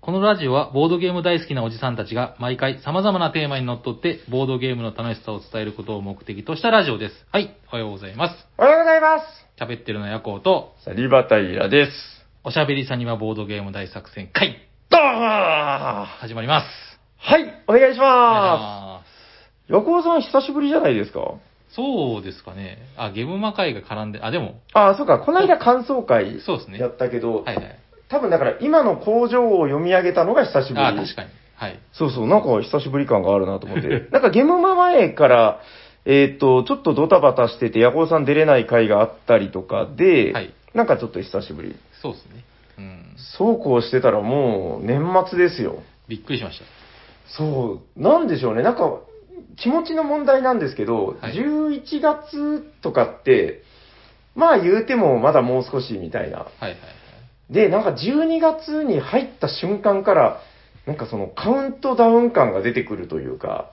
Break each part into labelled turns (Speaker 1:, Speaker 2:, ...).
Speaker 1: このラジオはボードゲーム大好きなおじさんたちが毎回様々なテーマにのっとってボードゲームの楽しさを伝えることを目的としたラジオです。はい、おはようございます。
Speaker 2: おはようございま
Speaker 1: 喋ってるのはヤコウと、
Speaker 2: す。サリバタイラです。
Speaker 1: おしゃべりさんにはボードゲーム大作戦会
Speaker 2: どうもーは
Speaker 1: 始まります。
Speaker 2: い、お願いし
Speaker 1: お
Speaker 2: ま。
Speaker 1: 願いします
Speaker 2: 横尾さん久しぶりじゃないですか
Speaker 1: すそうですかね。あ、ゲーム魔界が絡んで、あ、でも、
Speaker 2: ああ、そうか、この間感想会
Speaker 1: そうですね。
Speaker 2: やったけど、
Speaker 1: はいはい。
Speaker 2: 多分だから今の工場を読み上げたのが久しぶり。
Speaker 1: あ、確かに。はい。
Speaker 2: そうそう、なんか久しぶり感があるなと思 って。なんかゲームマ前から、えーっ、と、ちょっとドタバタしてて、ヤコウさん出れない回があったりとかで、
Speaker 1: はい
Speaker 2: なんかちょっと久しぶり。
Speaker 1: そうですね。うん。
Speaker 2: そうこうしてたらもう年末ですよ。
Speaker 1: びっくりしました。
Speaker 2: そう、なんでしょうね、なんか、気持ちの問題なんですけど、
Speaker 1: はい
Speaker 2: 11月とかって、まあ言うてもまだもう少しみたいな。
Speaker 1: はいはいはい。
Speaker 2: で、なんか12月に入った瞬間から、なんかそのカウントダウン感が出てくるというか、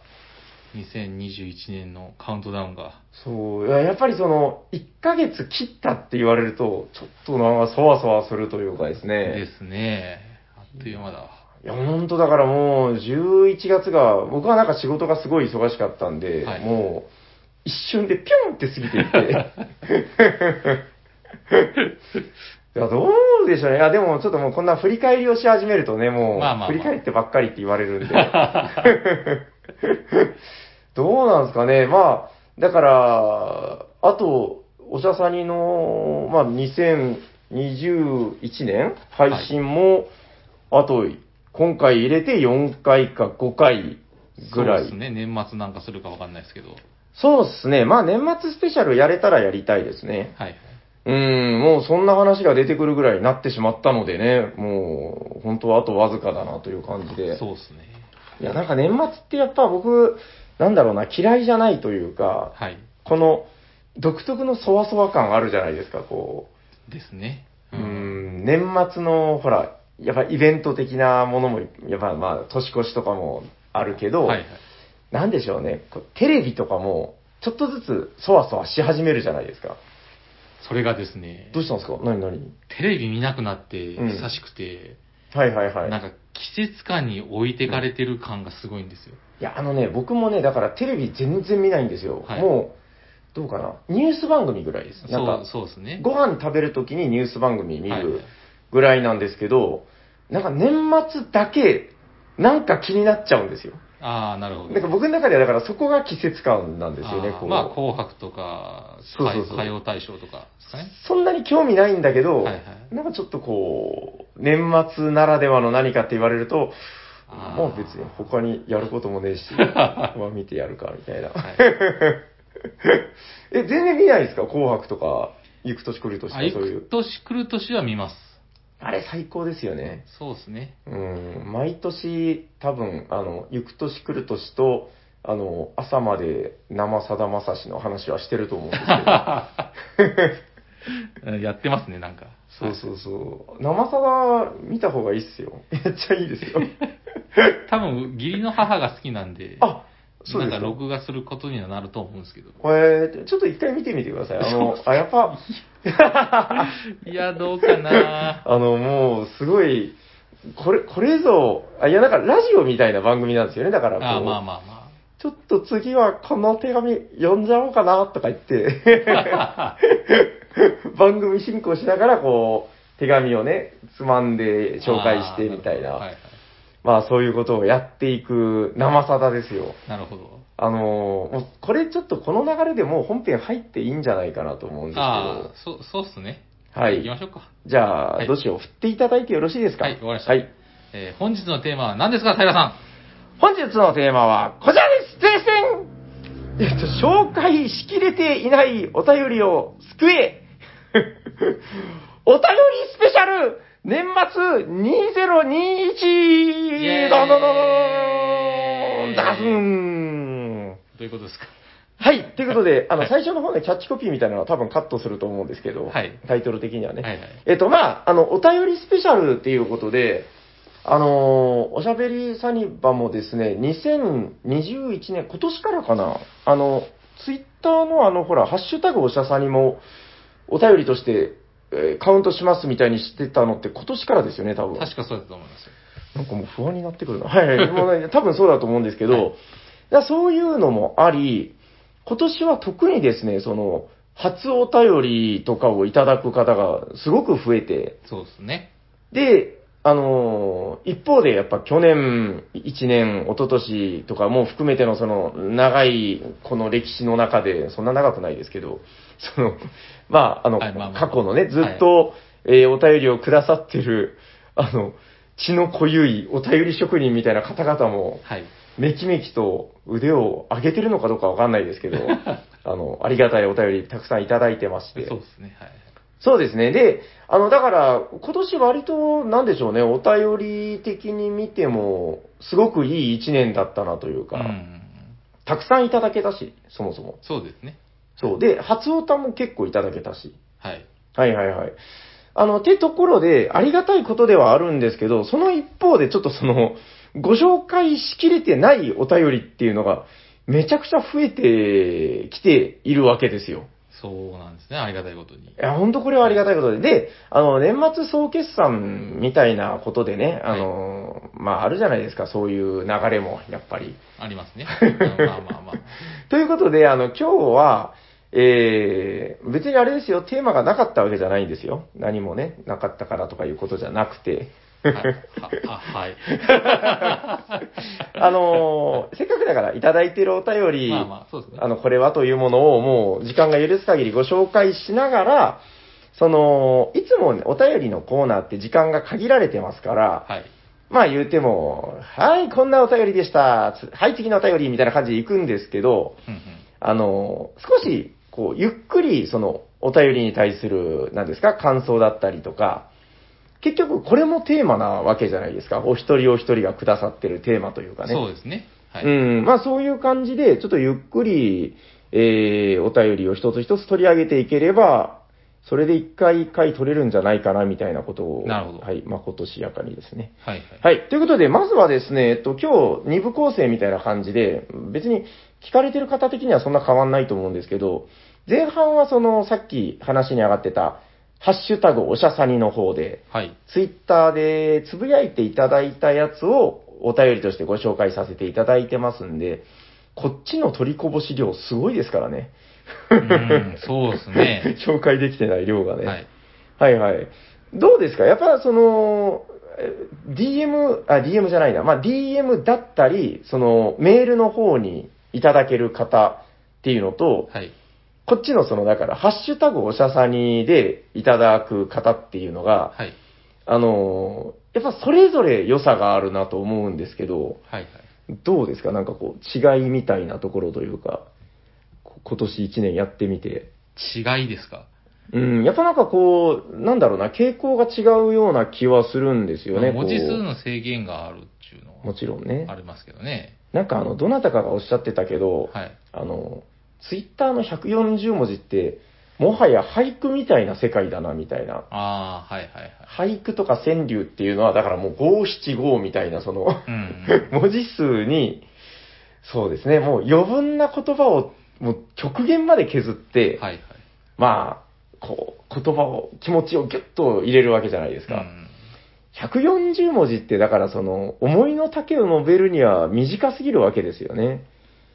Speaker 1: 2021年のカウントダウンが。
Speaker 2: そう、いややっぱりその、1ヶ月切ったって言われると、ちょっとなんかそわそわするというかです
Speaker 1: で
Speaker 2: ね。
Speaker 1: すね。あっという間だ。
Speaker 2: いや、ほんとだからもう、11月が、僕はなんか仕事がすごい忙しかったんで、
Speaker 1: はい
Speaker 2: もう、一瞬でピョンって過ぎてい って。いや、どうでしょうね。いや、でもちょっともうこんな振り返りをし始めるとね、もう、
Speaker 1: まあまあまあ
Speaker 2: 振り返ってばっかりって言われるんで。 どうなんですかね。まあ、だから、あと、おしゃさにの、まあ、2021年配信も、あと、今回入れて4回か5回ぐら
Speaker 1: そう
Speaker 2: い
Speaker 1: です。ね。年末なんかするかわかんないですけど。
Speaker 2: そうですね。まあ、年末スペシャルやれたらやりたいですね。
Speaker 1: はい。
Speaker 2: うーん、もうそんな話が出てくるぐらいになってしまったのでね、もう、本当はあとわずかだなという感じで。
Speaker 1: そうですね。
Speaker 2: いや、なんか年末ってやっぱ僕、なんだろうな、嫌いじゃないというか、
Speaker 1: はい。
Speaker 2: この独特のそわそわ感あるじゃないですか、こ
Speaker 1: ですね。
Speaker 2: う。うー。ん、年末の、ほら、やっぱイベント的なものも、やっぱまあ、年越しとかもあるけど、
Speaker 1: はいはい。
Speaker 2: なんでしょうね、こうテレビとかも、ちょっとずつそわそわし始めるじゃないですか。
Speaker 1: それがですね
Speaker 2: ど、うしたんですか何何
Speaker 1: テレビ見なくなって
Speaker 2: うん
Speaker 1: 久しくて、
Speaker 2: はいはいはい。
Speaker 1: なんか季節感に置いてかれてる感がすごいんですよ。
Speaker 2: いや、あのね、僕もね、だからテレビ全然見ないんですよ。
Speaker 1: はい
Speaker 2: もう、どうかな、ニュース番組ぐらいです。なんか、
Speaker 1: そう、そうですね。
Speaker 2: ご飯食べるときにニュース番組見
Speaker 1: はい
Speaker 2: るぐらいなんですけど、なんか年末だけ、なんか気になっちゃうんですよ。
Speaker 1: ああ、なるほど。
Speaker 2: なんか僕の中ではだからそこが季節感なんですよね、
Speaker 1: あー
Speaker 2: こう。
Speaker 1: まあ、紅白とか、
Speaker 2: そうそうそう
Speaker 1: 歌謡大賞とかですかね。
Speaker 2: そんなに興味ないんだけど、
Speaker 1: はいはい
Speaker 2: なんかちょっとこう、年末ならではの何かって言われると、
Speaker 1: あー
Speaker 2: まあ別に他にやること もねえし、まあ見てやるか、みたいな。
Speaker 1: はい
Speaker 2: え、全然見ないですか紅白とか、行く年来る年と
Speaker 1: あ
Speaker 2: か
Speaker 1: 行
Speaker 2: そういう
Speaker 1: く。年来る年は見ます。
Speaker 2: あれ最高ですよね。
Speaker 1: そうです ね。
Speaker 2: うん、毎年多分、あの、行く年来る年と、あの、朝まで生さだまさしの話はしてると思うんですけど。
Speaker 1: うんやってますね、なんか。
Speaker 2: そうそうそう。生さだ見た方がいいっすよ。めっちゃいいですよ。
Speaker 1: 多分、義理の母が好きなんで、
Speaker 2: あ、そうです
Speaker 1: なんか。
Speaker 2: か
Speaker 1: 録画することにはなると思うんですけど。
Speaker 2: これ、ちょっと一回見てみてください。あの、あ、やっぱ、
Speaker 1: いや、どうか な
Speaker 2: あの、もう、すごい、これ、これぞ、あいや、なんかラジオみたいな番組なんですよね。だからこう、
Speaker 1: あーまあまあま
Speaker 2: ちょっと次はこの手紙読んじゃおうかな、とか言って、 番組進行しながら、こう、手紙をね、つまん
Speaker 1: あ。
Speaker 2: で 紹介してみたいな、
Speaker 1: はいはい。
Speaker 2: まあそういうことをやっていく生さだですよ。
Speaker 1: なるほど。
Speaker 2: あのーもうこれちょっとこの流れでもう本編入っていいんじゃないかなと思うんですけ
Speaker 1: ああ
Speaker 2: ど、、
Speaker 1: そそうっすね。
Speaker 2: はい
Speaker 1: 行きましょうか。
Speaker 2: じゃあ、
Speaker 1: はい
Speaker 2: どうしよう、振っていただいてよろしいですか
Speaker 1: はい、わかりました。
Speaker 2: はい。
Speaker 1: えー本日のテーマは何ですか、平さ
Speaker 2: 本日のテーマはこちらです停戦えっと、紹介しきれていないお便りを救え お便りスペシャル年末
Speaker 1: イエーイ
Speaker 2: 2021どんどんどんどんダズン
Speaker 1: んどういうことですか
Speaker 2: はい。ということで、あの、
Speaker 1: はい
Speaker 2: 最初の方でキャッチコピーみたいなのは多分カットすると思うんですけど、
Speaker 1: はい
Speaker 2: タイトル的にはね。
Speaker 1: はいはい
Speaker 2: えっと、まあ、あの、お便りスペシャルっていうことで、あのーおしゃべりサニバもですね、2021年、今年からかな、あの、ツイッターのあの、ほら、ハッシュタグおしゃさにも、お便りとして、えーカウントしますみたいにしてたのって今年からですよね、多分。
Speaker 1: 確かそうだと思いますよ。
Speaker 2: なんかもう不安になってくるな。はい、はい、も うね、多分そうだと思うんですけど、
Speaker 1: はい
Speaker 2: だからそういうのもあり、今年は特にですね、その、初お便りとかをいただく方がすごく増えて、
Speaker 1: そうですね。
Speaker 2: で、あのー一方でやっぱ去年、1年、一昨年とかも含めてのその長いこの歴史の中で、そんな長くないですけど、その、まあ、あの、
Speaker 1: はいまあまあ
Speaker 2: 過去のね、ずっと、えーお便りをくださってる、あの、血の濃ゆいお便り職人みたいな方々も、
Speaker 1: はい。
Speaker 2: めきめきと腕を上げてるのかどうかわかんないで すけど、あの、ありがたいお便りたくさんいただいてまして。
Speaker 1: そうですね。はい。
Speaker 2: そうですね。で、あの、だから、今年割と、なんでしょうね、お便り的に見ても、すごくいい一年だったなというか、
Speaker 1: うん。
Speaker 2: たくさんいただけたし、そもそも。
Speaker 1: そうですね。
Speaker 2: そう。で、初オタも結構いただけたし。
Speaker 1: はい。
Speaker 2: はいはいはい。あの、てところで、ありがたいことではあるんですけど、その一方で、ちょっとその、ご紹介しきれてないお便りっていうのが、めちゃくちゃ増えてきているわけですよ。
Speaker 1: そうなんですね。ありがたいことに
Speaker 2: い。や、本当これはありがたいことで。で、あの、年末総決算みたいなことでね、あの、まあ、あるじゃないですか、そういう流れも、やっぱり。
Speaker 1: あり ますね。うんまあまあまあ。
Speaker 2: ということで、あの、今日は、えー、別にあれですよ、テーマがなかったわけじゃないんですよ。何もね、なかったからとかいうことじゃなくて。
Speaker 1: はいはあはい。
Speaker 2: あのーせっかくだからいただいてるお便り、
Speaker 1: まあまあ、そうですね。
Speaker 2: あの、これはというものをもう時間が許す限りご紹介しながら、その、いつもねお便りのコーナーって時間が限られてますから、
Speaker 1: はい。
Speaker 2: まあ言うても、はい、こんなお便りでした。つはい、次のお便りみたいな感じで行くんですけど、
Speaker 1: うんうん
Speaker 2: あの、少し、こう、ゆっくり、その、お便りに対する、何ですか、感想だったりとか、結局これもテーマなわけじゃないですか。お一人お一人がくださってるテーマというかね。
Speaker 1: そうですね。はい。
Speaker 2: うん、まあそういう感じで、ちょっとゆっくり、えー、お便りを一つ一つ取り上げていければ、それで一回一回取れるんじゃないかな、みたいなことを。
Speaker 1: なるほど
Speaker 2: はい、まあ今年やかにですね。
Speaker 1: はいはい。
Speaker 2: はい、ということで、まずはですね、えっと、今日二部構成みたいな感じで、別に聞かれてる方的にはそんな変わんないと思うんですけど、前半はその、さっき話に上がってた、ハッシュタグおしゃさにの方で、
Speaker 1: はい。
Speaker 2: ツイッターでつぶやいていただいたやつをお便りとしてご紹介させていただいてますんで、こっちの取りこぼし量すごいですからね。
Speaker 1: うん、そうで すね。
Speaker 2: 紹介できてない量がね。
Speaker 1: はい。
Speaker 2: はい、はい、どうですかやっぱその、え DM、あ、DM じゃないな。まあ、DM だったり、その、メールの方にいただける方っていうのと、
Speaker 1: はい。
Speaker 2: こっちのその、だから、ハッシュタグおしゃさにでいただく方っていうのが、
Speaker 1: はい。
Speaker 2: あのーやっぱそれぞれ良さがあるなと思うんですけど、
Speaker 1: はいはい。
Speaker 2: どうですかなんかこう、違いみたいなところというか、こ今年1年やってみて。
Speaker 1: 違いですか
Speaker 2: うん、やっぱなんかこう、なんだろうな、傾向が違うような気はするんですよね。
Speaker 1: 文字数
Speaker 2: こ
Speaker 1: の制限があるっていう
Speaker 2: う
Speaker 1: の
Speaker 2: もちろんね
Speaker 1: はあ。りますけどね。
Speaker 2: なんかあの、どなたかがおっしゃってたけど、
Speaker 1: はい。
Speaker 2: あの、ツイッターの140文字って、もはや俳句みたいな世界だな、みたいな。
Speaker 1: ああ、はいはいはい。
Speaker 2: 俳句とか川柳っていうのは、だからもう五七五みたいな、その、
Speaker 1: うん。
Speaker 2: 文字数に、そうですね、もう余分な言葉をもう極限まで削って、
Speaker 1: はいはい。
Speaker 2: まあ、こう、言葉を、気持ちをギュッと入れるわけじゃないです
Speaker 1: う
Speaker 2: か。
Speaker 1: ん。
Speaker 2: 140文字って、だからその、思いの丈を述べるには短すぎるわけですよね。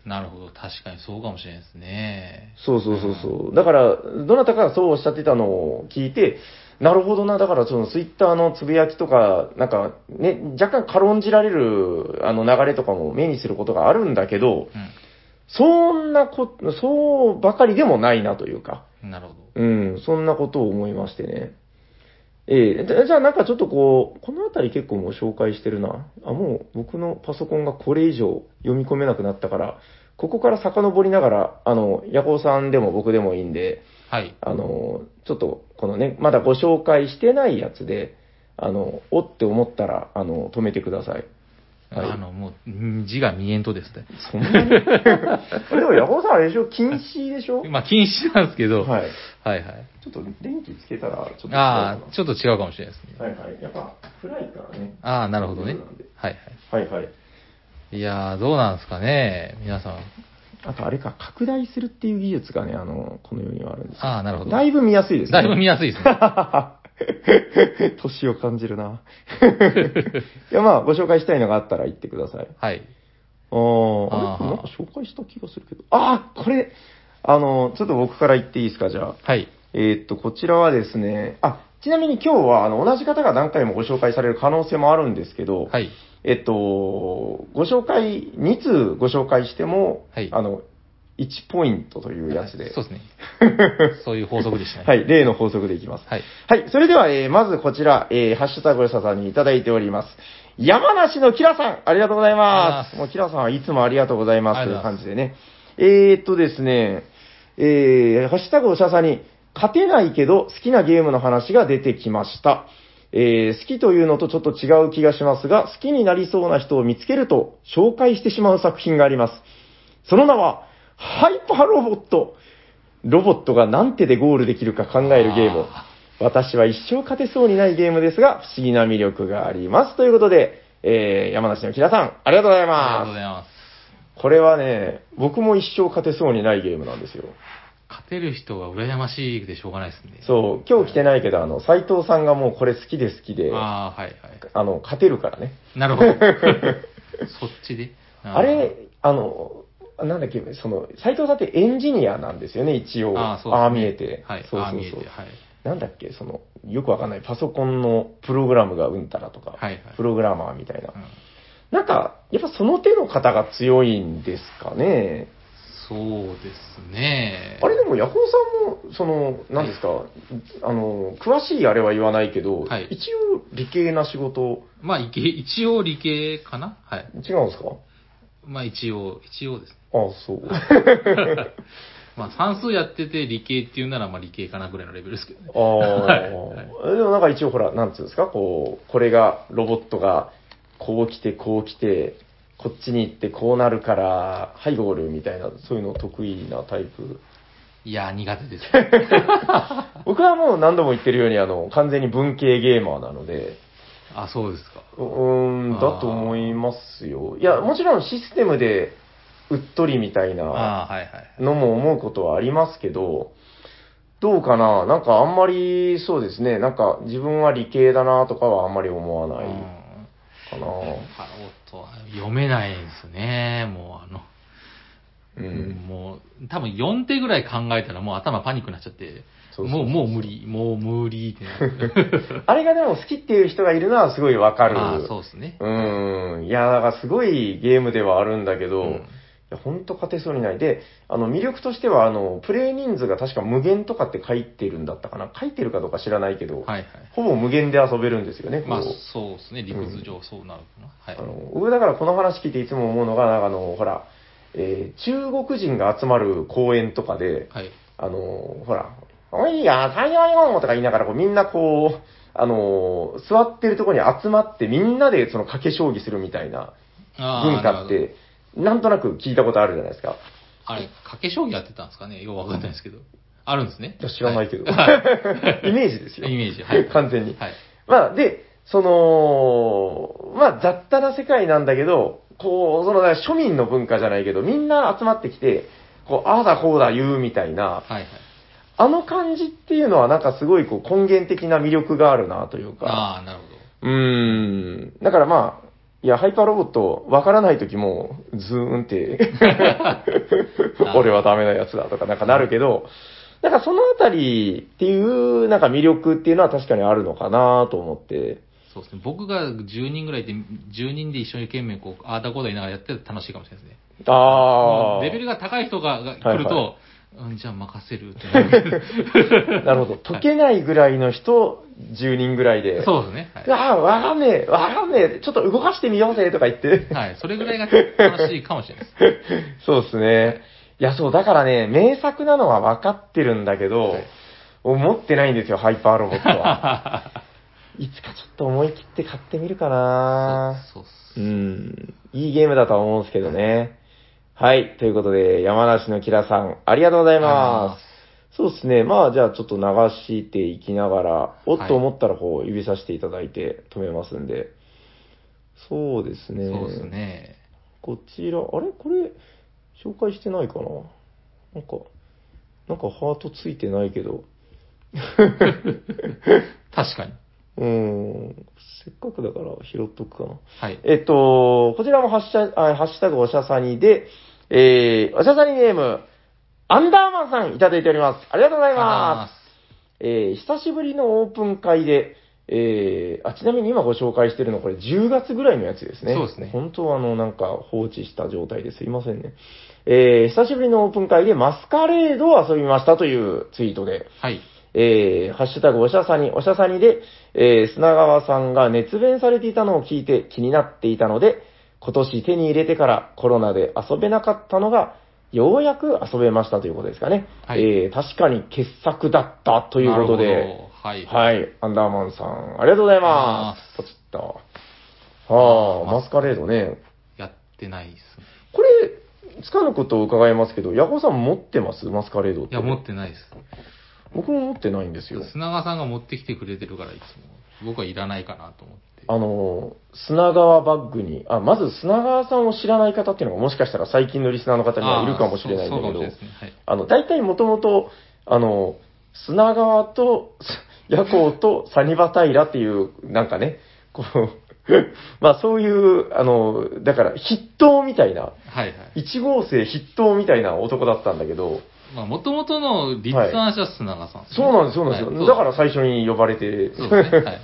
Speaker 1: なるほど。確かにそうかもしれないですね。
Speaker 2: そうそうそうそう。だから、どなたかがそうおっしゃってたのを聞いて、なるほどな、だからそのツイッターのつぶやきとか、なんかね、若干軽んじられるあの流れとかも目にすることがあるんだけど、そんなこ、そうばかりでもないなというか、
Speaker 1: うん。なるほど。
Speaker 2: うん、そんなことを思いましてね。ええじゃあなんかちょっとこう、このあたり結構もう紹介してるな。あ、もう僕のパソコンがこれ以上読み込めなくなったから、ここから遡りながら、あの、ヤコウさんでも僕でもいいんで、
Speaker 1: はい。
Speaker 2: あの、ちょっとこのね、まだご紹介してないやつで、あの、おって思ったら、あの、止めてください。はい
Speaker 1: あの、もう、ん字が見えんとですね。
Speaker 2: そんな にでもヤコウさんあれでしょ禁止でしょ
Speaker 1: まあ、禁止なんですけど、
Speaker 2: はい。
Speaker 1: はいはい。
Speaker 2: ちょっと電気つけたら、ちょっと。
Speaker 1: ああ、ちょっと違うかもしれないですね。
Speaker 2: はいはい。やっぱ暗いからね。
Speaker 1: ああ、なるほどね
Speaker 2: そうなんで。
Speaker 1: はいは
Speaker 2: はいはい。
Speaker 1: い。いやー、どうなんですかね、皆さん。
Speaker 2: あとあれか、拡大するっていう技術がね、あの、この世にはあるんですよ
Speaker 1: ああ、なるほど。
Speaker 2: だいぶ見やすいですね。
Speaker 1: だいぶ見やすいですね。
Speaker 2: は 年を感じる な。いや、まあ、ご紹介したいのがあったら言ってください。
Speaker 1: はい。
Speaker 2: あーあ
Speaker 1: あー
Speaker 2: れなんか紹介した気がするけど。ああこれ、あの、ちょっと僕から言っていいですか、じゃあ。
Speaker 1: はい。
Speaker 2: えーっと、こちらはですね、あ、ちなみに今日は、あの、同じ方が何回もご紹介される可能性もあるんですけど、
Speaker 1: はい。
Speaker 2: えっと、ご紹介、2通ご紹介しても、
Speaker 1: はい
Speaker 2: あの、1ポイントというやつで、
Speaker 1: そうですね。 そういう法則でしたね。。
Speaker 2: はいい、例の法則でいきます。
Speaker 1: はい。
Speaker 2: はい、それでは、えーまずこちら、えーハッシュタグよささんにいただいております。山梨のキラさん、ありがとうございま
Speaker 1: あ
Speaker 2: す。もうキラさんはいつもありがとうございます
Speaker 1: あ
Speaker 2: と
Speaker 1: り
Speaker 2: い
Speaker 1: が
Speaker 2: う
Speaker 1: とう
Speaker 2: 感
Speaker 1: ご
Speaker 2: じでね。えー、っとですね、えー、ハッシュタグおしゃさに、勝てないけど好きなゲームの話が出てきました。えー、好きというのとちょっと違う気がしますが、好きになりそうな人を見つけると紹介してしまう作品があります。その名は、ハイパーロボット。ロボットが何手でゴールできるか考えるゲーム。私は一生勝てそうにないゲームですが、不思議な魅力があります。ということで、えー、山梨の木田さん、ありがとうござい
Speaker 1: ありがとうご
Speaker 2: ま
Speaker 1: ざいます。
Speaker 2: す。これはね、僕も一生勝てそうにないゲームなんですよ。
Speaker 1: 勝てる人は羨ましいでしょうがないですね。
Speaker 2: そう、今日来てないけど、あの、斎藤さんがもうこれ好きで好きで、
Speaker 1: あ
Speaker 2: あ
Speaker 1: あ、はいはい。
Speaker 2: の、勝てるか らね。
Speaker 1: なるほど。 そっちで。
Speaker 2: あれ、あの、なんだっけ、その、斎藤さんってエンジニアなんですよね、一応。
Speaker 1: あーそうですね
Speaker 2: ああ見えて。
Speaker 1: はい。
Speaker 2: そう
Speaker 1: ああ
Speaker 2: そう
Speaker 1: 見えて
Speaker 2: そう。
Speaker 1: はい。
Speaker 2: なんだっけ、その、よくわかんない、パソコンのプログラムがうんたらとか、
Speaker 1: はいはい
Speaker 2: プログラマーみたいな
Speaker 1: う。ん
Speaker 2: なんか、やっぱその手の方が強いんですかね。
Speaker 1: そうですね。
Speaker 2: あれでも、ヤコウさんも、その、なんですか、あの、詳しいあれは言わないけど、
Speaker 1: はい
Speaker 2: 一応理系な仕事、
Speaker 1: まあ、理系一応理系かなはい。
Speaker 2: 違うんですか
Speaker 1: まあ、一応、一応ですね。
Speaker 2: ああ、 そう。
Speaker 1: まあ、算数やってて理系っていうなら、まあ、理系かなぐらいのレベルですけどね。
Speaker 2: ああ、でもなんか一応ほら、なんつうんですか、こう、これが、ロボットが、こう来て、こう来て、こっちに行って、こうなるから、はい、ゴールみたいな、そういうの得意なタイプ。
Speaker 1: いや、苦手です。
Speaker 2: 僕はもう何度も言ってるように、あの、完全に文系ゲーマーなので、
Speaker 1: あ、そうですか。
Speaker 2: うーん、
Speaker 1: あー
Speaker 2: だと思いますよ。いや、もちろんシステムで、うっとりみたいな
Speaker 1: ああ、はいはい。
Speaker 2: のも思うことはありますけど、どうかななんかあんまり、そうですね、なんか自分は理系だなとかはあんまり思わない。
Speaker 1: うん
Speaker 2: かなぁ
Speaker 1: ハロットは読めないですね、もうあの、
Speaker 2: うん。
Speaker 1: もう、多分4手ぐらい考えたらもう頭パニックになっちゃって、
Speaker 2: そうそうそう
Speaker 1: もう、もう無理、もう無理って なる。
Speaker 2: あれがでも好きっていう人がいるのはすごいわかる。
Speaker 1: ああ、そうですね。
Speaker 2: うん。いや、だからすごいゲームではあるんだけど、
Speaker 1: うん
Speaker 2: いやほんと勝てそうにない。で、あの、魅力としては、あの、プレイ人数が確か無限とかって書いてるんだったかな。書いてるかどうか知らないけど、
Speaker 1: はいはい。
Speaker 2: ほぼ無限で遊べるんですよね、こう
Speaker 1: まあ、そうですね、理屈上そうなるかな。
Speaker 2: あ
Speaker 1: はい。
Speaker 2: の僕だからこの話聞いていつも思うのが、なんかあの、ほら、えー中国人が集まる公園とかで、
Speaker 1: はい。
Speaker 2: あのーほら、おいや、太陽よとか言いながら、こうみんなこう、あのー座ってるところに集まって、みんなでその賭け将棋するみたいな
Speaker 1: ああ
Speaker 2: 文化っ。
Speaker 1: なる
Speaker 2: て、なんとなく聞いたことあるじゃないですか。
Speaker 1: ほどあれ、掛け将棋やってたんですかねよくわかんないですけど。あるんですね。
Speaker 2: いや、知らないけど。 イメージですよ。
Speaker 1: イメージはい
Speaker 2: 完全に。
Speaker 1: はい。
Speaker 2: まあ、で、その、まあ、雑多な世界なんだけど、こう、その、だから庶民の文化じゃないけど、みんな集まってきて、こう、ああだこうだ言うみたいな、
Speaker 1: はいはい。
Speaker 2: あの感じっていうのはなんかすごいこう根源的な魅力があるなというか。
Speaker 1: ああ、なるほど。
Speaker 2: うーん。だからまあ、いや、ハイパーロボット、わからないときも、ズーンって、 俺はダメなやつだとかなんかなるけど、なんかそのあたりっていう、なんか魅力っていうのは確かにあるのかなと思って。
Speaker 1: そうですね。僕が10人ぐらいで、10人で一緒に懸命こう、ああだこうだ言いながらやってたら楽しいかもしれないですね。
Speaker 2: あ
Speaker 1: うん
Speaker 2: あ。
Speaker 1: レベルが高い人がが
Speaker 2: はい
Speaker 1: 来ると、うん、じゃあ任せるってなる
Speaker 2: なるほど。解けないぐらいの人、10人ぐらいで。
Speaker 1: そうですね。はい。
Speaker 2: ああ、わかんねえ、わかんねえ、ちょっと動かしてみようぜとか言って。
Speaker 1: はい。それぐらいが楽しいかもしれないです。
Speaker 2: そうですね。いや、そう、だからね、名作なのは分かってるんだけど、思ってないんですよ、ハイパーロボット は。いつかちょっと思い切って買ってみるかな
Speaker 1: そうそうっす
Speaker 2: うん。いいゲームだとは思うんですけどね。はい。ということで、山梨のキラさん、ありがとうございま
Speaker 1: あ
Speaker 2: す。そうですね。まあ、じゃあちょっと流していきながら、おっ
Speaker 1: はい
Speaker 2: と思ったら、こう、指さしていただいて止めますんで。そうですね。
Speaker 1: そうです ね。
Speaker 2: こちら、あれこれ、紹介してないかななんか、なんかハートついてないけど、
Speaker 1: 確かに。
Speaker 2: うん。せっかくだから拾っとくかな。
Speaker 1: はい。
Speaker 2: えっと、こちらもハッシュタあハッシュタグおしゃさにで、えー、おしゃさにネーム、アンダーマンさんいただいております。ありがとうございます。えー、久しぶりのオープン会で、えー、あ、ちなみに今ご紹介してるのこれ10月ぐらいのやつですね。
Speaker 1: そうですね
Speaker 2: 本当あの、なんか放置した状態ですいませんね。えー、久しぶりのオープン会でマスカレードを遊びましたというツイートで、
Speaker 1: はい。
Speaker 2: えー、ハッシュタグおしゃさに、おしゃさにで、えー、砂川さんが熱弁されていたのを聞いて気になっていたので、今年手に入れてからコロナで遊べなかったのが、ようやく遊べましたということですかね。
Speaker 1: はい
Speaker 2: えー、確かに傑作だったということ
Speaker 1: な
Speaker 2: で
Speaker 1: る、ほど。はい。
Speaker 2: はい、アンダーマンさん、ありがとうございます。ポチッと。はあ、マスカレードね。
Speaker 1: やってないっすね。
Speaker 2: これ、つかぬことを伺いますけど、ヤコさん持ってますマスカレードって。
Speaker 1: いや、持ってないです。
Speaker 2: 僕も持ってないんですよ。
Speaker 1: 砂川さんが持ってきてくれてるから、いつも。僕はいらないかなと思って。
Speaker 2: あの、砂川バッグに、あ、まず砂川さんを知らない方っていうのがもしかしたら最近のリスナーの方にはいるかもしれないんだ
Speaker 1: あー
Speaker 2: け
Speaker 1: そうそうかもしれないで
Speaker 2: ど
Speaker 1: す、ね。はい。
Speaker 2: あの、大体もともと、あの、砂川と、 夜行とサニバタイラっていう、なんかね、こう、 まあそういう、あの、だから筆頭みたいな、
Speaker 1: はいはい。
Speaker 2: 1号生筆頭みたいな男だったんだけど、
Speaker 1: まあ、もともとの立案者は砂川さん、
Speaker 2: そうなんです、そうなんですよ。だから最初に呼ばれて、
Speaker 1: そうです ね。はい。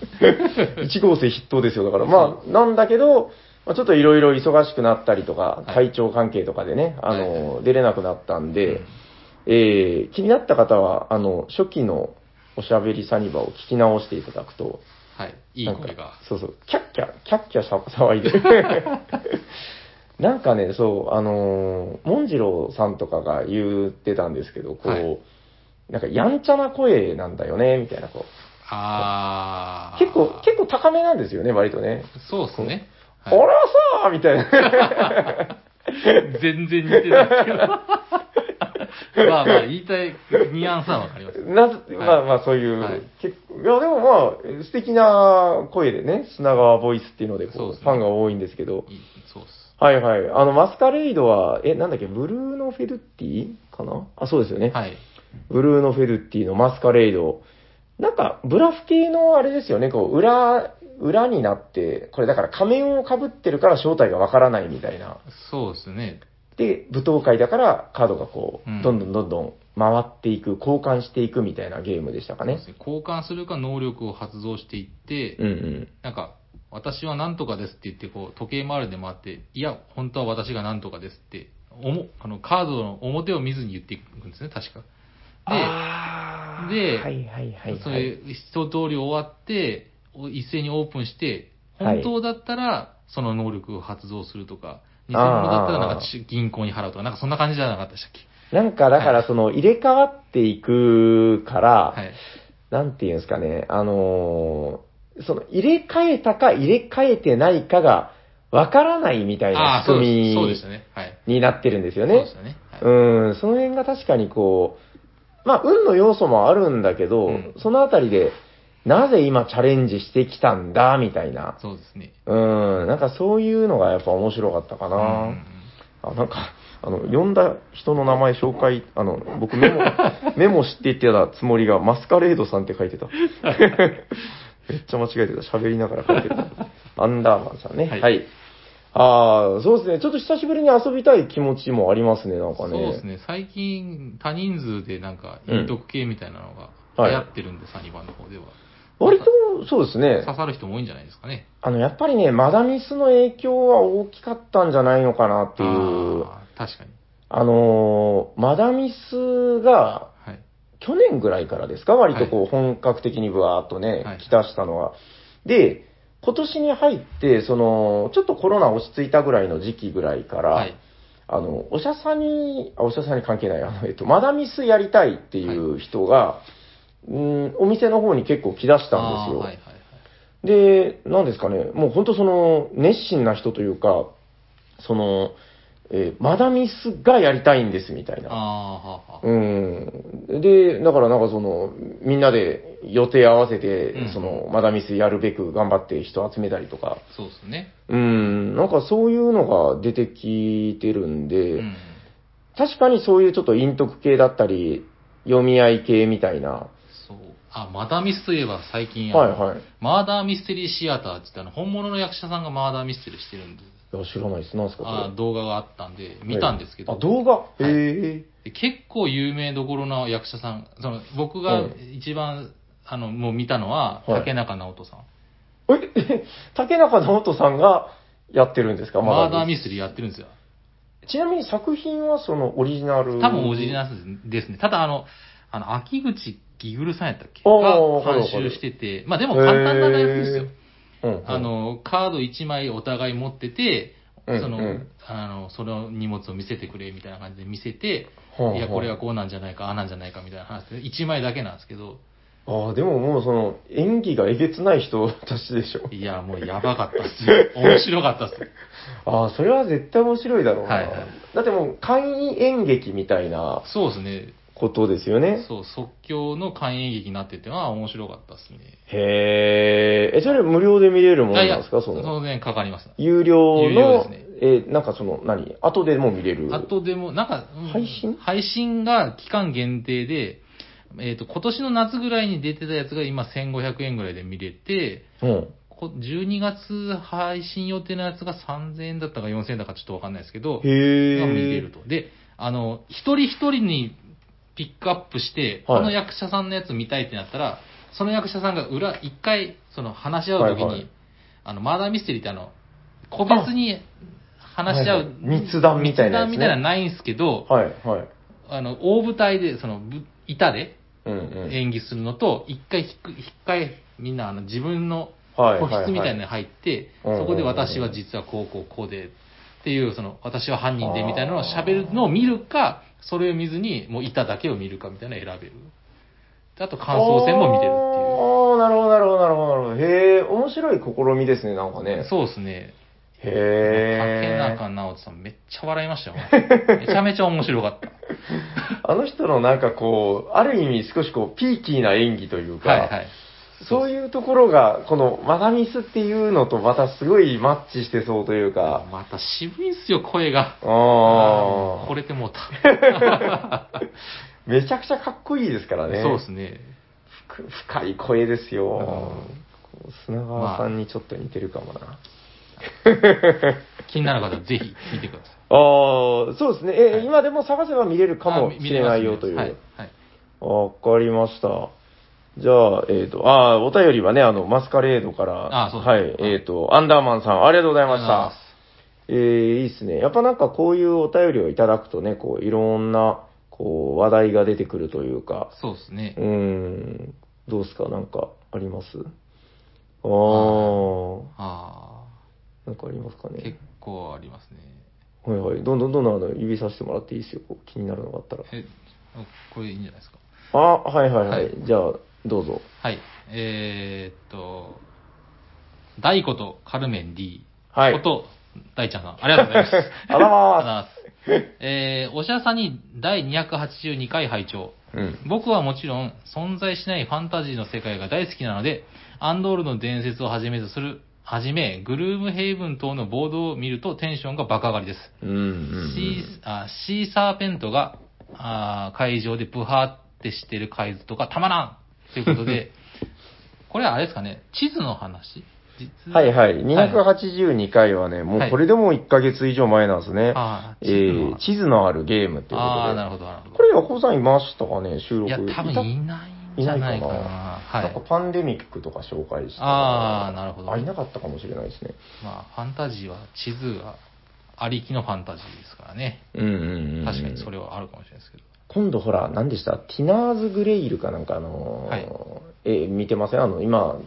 Speaker 2: 1号生筆頭ですよ。だから、まあ、なんだけど、まあ、ちょっといろいろ忙しくなったりとか、
Speaker 1: はい
Speaker 2: 体調関係とかでね、あの、
Speaker 1: はい
Speaker 2: 出れなくなったんで、えー気になった方は、あの、初期のおしゃべりサニバを聞き直していただくと、
Speaker 1: はい。いい
Speaker 2: なんか
Speaker 1: 声が。
Speaker 2: そうそう、キャッキャ、キャッキャさ騒 いで。なんかね、そう、あのー、モンジローさんとかが言ってたんですけど、こう、
Speaker 1: はい
Speaker 2: なんかやんちゃな声なんだよね、みたいな、こう。
Speaker 1: あー。
Speaker 2: 結構、結構高めなんですよね、割とね。
Speaker 1: そうですね。
Speaker 2: 俺
Speaker 1: は
Speaker 2: はさみたい な。
Speaker 1: い全然似てないけど。 まあまあ、言いたいニュアンスはわかります。
Speaker 2: なまあまあそういう、
Speaker 1: はい
Speaker 2: 結構いやでもまあ、素敵な声でね、砂川ボイスっていうのでこう
Speaker 1: そうですね
Speaker 2: ファンが多いんですけど、
Speaker 1: いいそうっす。
Speaker 2: はいはい。あの、マスカレイドは、え、なんだっけ、ブルーノフェルティかなあ、そうですよね。
Speaker 1: はい。
Speaker 2: ブルーノフェルティのマスカレイド。なんか、ブラフ系のあれですよね、こう、裏、裏になって、これだから仮面をかぶってるから正体がわからないみたいな。
Speaker 1: そうですね。
Speaker 2: で、舞踏会だからカードがこ
Speaker 1: うん
Speaker 2: う、どんどんどんどん回っていく、交換していくみたいなゲームでしたか
Speaker 1: そう
Speaker 2: ね
Speaker 1: です。ね交換するか能力を発動していって、
Speaker 2: うんうん。
Speaker 1: なんか、私は何とかですって言って、こう、時計回りで回って、いや、本当は私が何とかですって、おも、あの、カードの表を見ずに言っていくんですね、確か。
Speaker 2: あー
Speaker 1: で
Speaker 2: はいはいはい、はい。
Speaker 1: それ、一通り終わって、お一斉にオープンして、
Speaker 2: はい
Speaker 1: 本当だったら、その能力を発動するとか、偽
Speaker 2: あー
Speaker 1: 物だったら、なんかち、銀行に払うとか、なんかそんな感じじゃなかったでしたっけ
Speaker 2: なんかだからその入れ替わっていくから、
Speaker 1: はい。
Speaker 2: なんていうんですかね、あのーその入れ替えたか入れ替えてないかがわからないみたい
Speaker 1: あ
Speaker 2: な
Speaker 1: あ、
Speaker 2: 仕
Speaker 1: そう
Speaker 2: 組
Speaker 1: です。そうで
Speaker 2: み
Speaker 1: したね。はい。
Speaker 2: になってるんですよ
Speaker 1: そう
Speaker 2: ね。
Speaker 1: でし。たね。はいう
Speaker 2: ん、その辺が確かにこう、まあ、運の要素もあるんだけど、
Speaker 1: うん
Speaker 2: そのあたりで、なぜ今チャレンジしてきたんだ、みたいな。
Speaker 1: そうですね。
Speaker 2: うん、なんかそういうのがやっぱ面白かったかな。
Speaker 1: うんうんうん
Speaker 2: あ、なんか、あの、呼んだ人の名前紹介、あの、僕 メモ、メモ知って言ってたつもりが、マスカレードさんって 書いてた。めっちゃ間違えてた。喋りながら書いてた。アンダーマンさんね。
Speaker 1: は
Speaker 2: はいい。ああ、そうですね。ちょっと久しぶりに遊びたい気持ちもありますね、なんかね。
Speaker 1: そうですね。最近、多人数でなんか、
Speaker 2: うん
Speaker 1: 陰徳系みたいなのが
Speaker 2: はい
Speaker 1: 流行ってるんで、サニバの方では。
Speaker 2: 割と、そうですね。
Speaker 1: 刺さる人も多いんじゃないですかね。
Speaker 2: あの、やっぱりね、マダミスの影響は大きかったんじゃないのかなっていう。
Speaker 1: あー確かに。
Speaker 2: あのーマダミスが、
Speaker 1: はい。
Speaker 2: 去年ぐらいからですか、割とこう本格的にブワーっとね、
Speaker 1: はい
Speaker 2: 来だしたのは。で、今年に入って、その、ちょっとコロナ落ち着いたぐらいの時期ぐらいから、
Speaker 1: はい。
Speaker 2: あの、おしゃさんに、あ、おしゃさんに関係ない、あの、えっと、マダミスやりたいっていう人が、うん、お店の方に結構来だしたんです
Speaker 1: あー
Speaker 2: よ。
Speaker 1: はいはいはい。
Speaker 2: で、なんですかね、もう本当その、熱心な人というか、その、えーマダミスがやりたいんですみたいな。
Speaker 1: ああー、はあ、はあ。
Speaker 2: うん。で、だからなんかその、みんなで予定合わせて、
Speaker 1: うん
Speaker 2: その、マダミスやるべく頑張って人集めたりとか、
Speaker 1: そうですね。
Speaker 2: うん、なんかそういうのが出てきてるんで、
Speaker 1: うん。
Speaker 2: 確かにそういうちょっと陰徳系だったり、読み合い系みたいな、
Speaker 1: そう。あ、マダーミスといえば最近、
Speaker 2: はい
Speaker 1: あの
Speaker 2: はい。
Speaker 1: マーダーミステリーシアターって言ってあの本物の役者さんがマーダーミステリーしてるんで、
Speaker 2: いや、知らないです。何ですか
Speaker 1: あ
Speaker 2: こ
Speaker 1: 動画があったんで、
Speaker 2: れ
Speaker 1: 見たんですけど、
Speaker 2: あ、動画へえ。
Speaker 1: で結構有名どころの役者さん、その僕が
Speaker 2: うん
Speaker 1: 一番、あの、もう見たのは、
Speaker 2: はい
Speaker 1: 竹中直人さん。
Speaker 2: え、え 竹中直人さんがやってるんですか
Speaker 1: マーダー
Speaker 2: ミ
Speaker 1: ミステリーやってるんですよ。
Speaker 2: ス。ちなみに作品はそのオリジナル。
Speaker 1: 多分オリジナルですね。ただあの、あの、秋口ギグルさんやったっけ
Speaker 2: あ
Speaker 1: が
Speaker 2: ーわか
Speaker 1: 監
Speaker 2: るわかる
Speaker 1: 修してて、まあでも簡単な内容ですよ
Speaker 2: へ。ル。うん。
Speaker 1: あ、の、カード1枚お互い持ってて、
Speaker 2: うん
Speaker 1: その、
Speaker 2: うん
Speaker 1: あの、その荷物を見せてくれみたいな感じで見せて、
Speaker 2: はい
Speaker 1: や、これは
Speaker 2: あ
Speaker 1: こうなんじゃないか、ああなんじゃないかみたいな話で、1枚だけなんですけど、
Speaker 2: あー、でももうその演技がえげつない人たちでし ょ。
Speaker 1: いや、もうやばかったっす よ。面白かったっすよ。
Speaker 2: ああ、それは絶対面白いだろうな。
Speaker 1: はいはい
Speaker 2: だってもう簡易演劇みたいな
Speaker 1: そうですね。
Speaker 2: ことですよね。
Speaker 1: そう、即興の開演劇になってて、まあ面白かったっすね。
Speaker 2: へえ。え、それ無料で見れるものなんですかその。
Speaker 1: 当然かかります。
Speaker 2: 有料
Speaker 1: 有料
Speaker 2: の、
Speaker 1: ですね
Speaker 2: えーなんかその、何後でも見れる。
Speaker 1: あとでも、なんか、うん
Speaker 2: 配信
Speaker 1: 配信が期間限定で、えっ、と、今年の夏ぐらいに出てたやつが今1500円ぐらいで見れて、
Speaker 2: うん。
Speaker 1: こ12月配信予定のやつが3000円だったか4000円だかちょっとわかんないですけど、が見れ
Speaker 2: へ
Speaker 1: る
Speaker 2: え。
Speaker 1: と。で、あの、一人一人にピックアップして、
Speaker 2: はい
Speaker 1: この役者さんのやつ見たいってなったら、その役者さんが裏、一回、その話し合うときに、
Speaker 2: はいはい
Speaker 1: あの、マーダーミステリーってあの、個別に話し合、
Speaker 2: はいうはい密談みたいなやつね
Speaker 1: 密談みたいなのないんですけど、
Speaker 2: はい、はい。
Speaker 1: あの、大舞台で、その、ぶ板で
Speaker 2: うんうん。
Speaker 1: 演技するのと、一回ひっく、一回、みんなあの自分の
Speaker 2: はい。
Speaker 1: 個室みたいなの
Speaker 2: な。
Speaker 1: に入って、
Speaker 2: うんうんうん
Speaker 1: そこで私は実はこうこうこうでっていう、その私は犯人でみたいなのを喋るのを見るか、それを見ずに、もう板だけを見るかみたいなのを選べる。であと感想戦も見れるっ
Speaker 2: ああ、なるほど、なるほど、なるほど、なるほど。へえ、面白い試みですね、なんか
Speaker 1: ていう。
Speaker 2: ね。
Speaker 1: そうですね。竹
Speaker 2: へえ
Speaker 1: 中。直人さんめっちゃ笑いましたよ。 めちゃめちゃ面白かった。
Speaker 2: あの人のなんかこう、ある意味少しこう、ピーキーな演技というか、
Speaker 1: はいはい。
Speaker 2: そういうところが、このマダミスっていうのとまたすごいマッチしてそうというか、
Speaker 1: また渋いんすよ、声が。
Speaker 2: あ
Speaker 1: これてもうた。
Speaker 2: あ、めちゃくちゃかっこいいですからね。
Speaker 1: そうですね。
Speaker 2: ふ深い声ですよ
Speaker 1: うん。
Speaker 2: 砂川さんにちょっと似てるかもな。
Speaker 1: 気になる方はぜひ見てください。
Speaker 2: ああ、そうですね。え、
Speaker 1: はい
Speaker 2: 今でも探せば見れるかも
Speaker 1: あ見
Speaker 2: し
Speaker 1: れ
Speaker 2: れ
Speaker 1: ま
Speaker 2: な
Speaker 1: す
Speaker 2: いよという。
Speaker 1: は
Speaker 2: わ、
Speaker 1: い。はい
Speaker 2: かりました。じゃあ、えっ、と、ああ、お便りはね、あの、マスカレードから、
Speaker 1: あーそう
Speaker 2: はい
Speaker 1: です、
Speaker 2: えっ、と、アンダーマンさん、ありがとうございま
Speaker 1: あ
Speaker 2: し
Speaker 1: りがとうございま
Speaker 2: た
Speaker 1: す。
Speaker 2: えー、いいですね。やっぱなんかこういうお便りをいただくとね、こう、いろんな、こう、話題が出てくるというか、
Speaker 1: そうですね
Speaker 2: う。ーん、どうですかなんかあります
Speaker 1: は
Speaker 2: あー、
Speaker 1: あ
Speaker 2: なんかありますか
Speaker 1: あ、結
Speaker 2: ね。
Speaker 1: 構ありますね。
Speaker 2: はいはい。どんどんどんどんあの指さしてもらっていいですよ。こう気になるのがあったら。
Speaker 1: え、これいいんじゃないですか。
Speaker 2: あ、はいはいはい。
Speaker 1: はい
Speaker 2: じゃあ、どうぞ。
Speaker 1: はい。えー、っと、大ことカルメン D
Speaker 2: はい
Speaker 1: こと大ちゃんさん、ありがとうござい ます。
Speaker 2: あら
Speaker 1: あ
Speaker 2: まー
Speaker 1: りがとうございます。えー、おしゃさんに第282回拝聴
Speaker 2: うん。
Speaker 1: 僕はもちろん存在しないファンタジーの世界が大好きなので、アンドールの伝説をはじめとする、はじめ、グルームヘイブン等のボードを見るとテンションが爆上がりです。
Speaker 2: うんうん
Speaker 1: シーあシーサーペントがあー会場でブハーってしてる海図とかたまらんということ で、これはあれですかね、地図の話
Speaker 2: うんはいはい。
Speaker 1: は
Speaker 2: 282回はね、もうこれでも1ヶ月以上前なんですね。
Speaker 1: あー
Speaker 2: え
Speaker 1: 地図の
Speaker 2: ー、
Speaker 1: 話
Speaker 2: 地図のあるゲームっていうことで。
Speaker 1: あー、なるほど、なるほ
Speaker 2: こ
Speaker 1: ど。
Speaker 2: れ、ヤコさんいましたかね収録。
Speaker 1: いや、多分
Speaker 2: た
Speaker 1: いないんじゃないかな。
Speaker 2: いないか
Speaker 1: は
Speaker 2: なんか
Speaker 1: い。
Speaker 2: パンデミックとか紹介してた
Speaker 1: あーなるほど
Speaker 2: あ、いなかったかもしれないですね。
Speaker 1: まあ、ファンタジーは地図がありきのファンタジーですからね。
Speaker 2: うんうんうん。
Speaker 1: 確かにそれはあるかもしれないですけど。
Speaker 2: 今度ほら、何でしたティナーズ・グレイルかなんかあのー
Speaker 1: はい
Speaker 2: え、見てませんあの、今、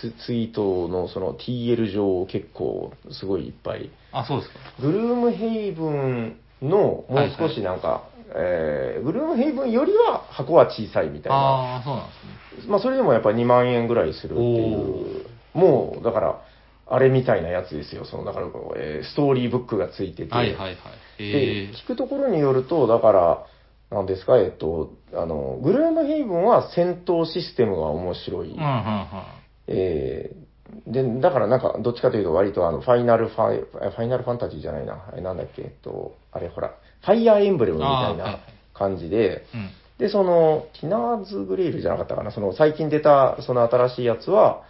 Speaker 2: ツツイートのその TL 上結構すごいいっぱい。
Speaker 1: あ、そうですか。
Speaker 2: グルームヘイブンのもう少しなんか、えーグルームヘイブンよりは箱は小さいみたいな。
Speaker 1: ああ、そうなんですね。
Speaker 2: まあ、それでもやっぱ2万円ぐらいするっていう、もうだから、あれみたいなやつですよ、そのだから、えーストーリーブックがついてて、
Speaker 1: はいはいはい。え
Speaker 2: で聞くところによると、だから、なんですか、えっと、あのグルームヘイブンは戦闘システムが面白い、
Speaker 1: えー。うんうんうん。
Speaker 2: えーでだからなんか、どっちかというと、割とあのファイナルファイ、ファイナルファンタジーじゃないな、あれなんだっけ、えっと、あれほら、ファイアーエンブレムみたい
Speaker 1: あーはいはい
Speaker 2: な感じで、
Speaker 1: うん。
Speaker 2: で、その、ティナーズグレイルじゃなかったかな、その最近出た、その新しいやつは、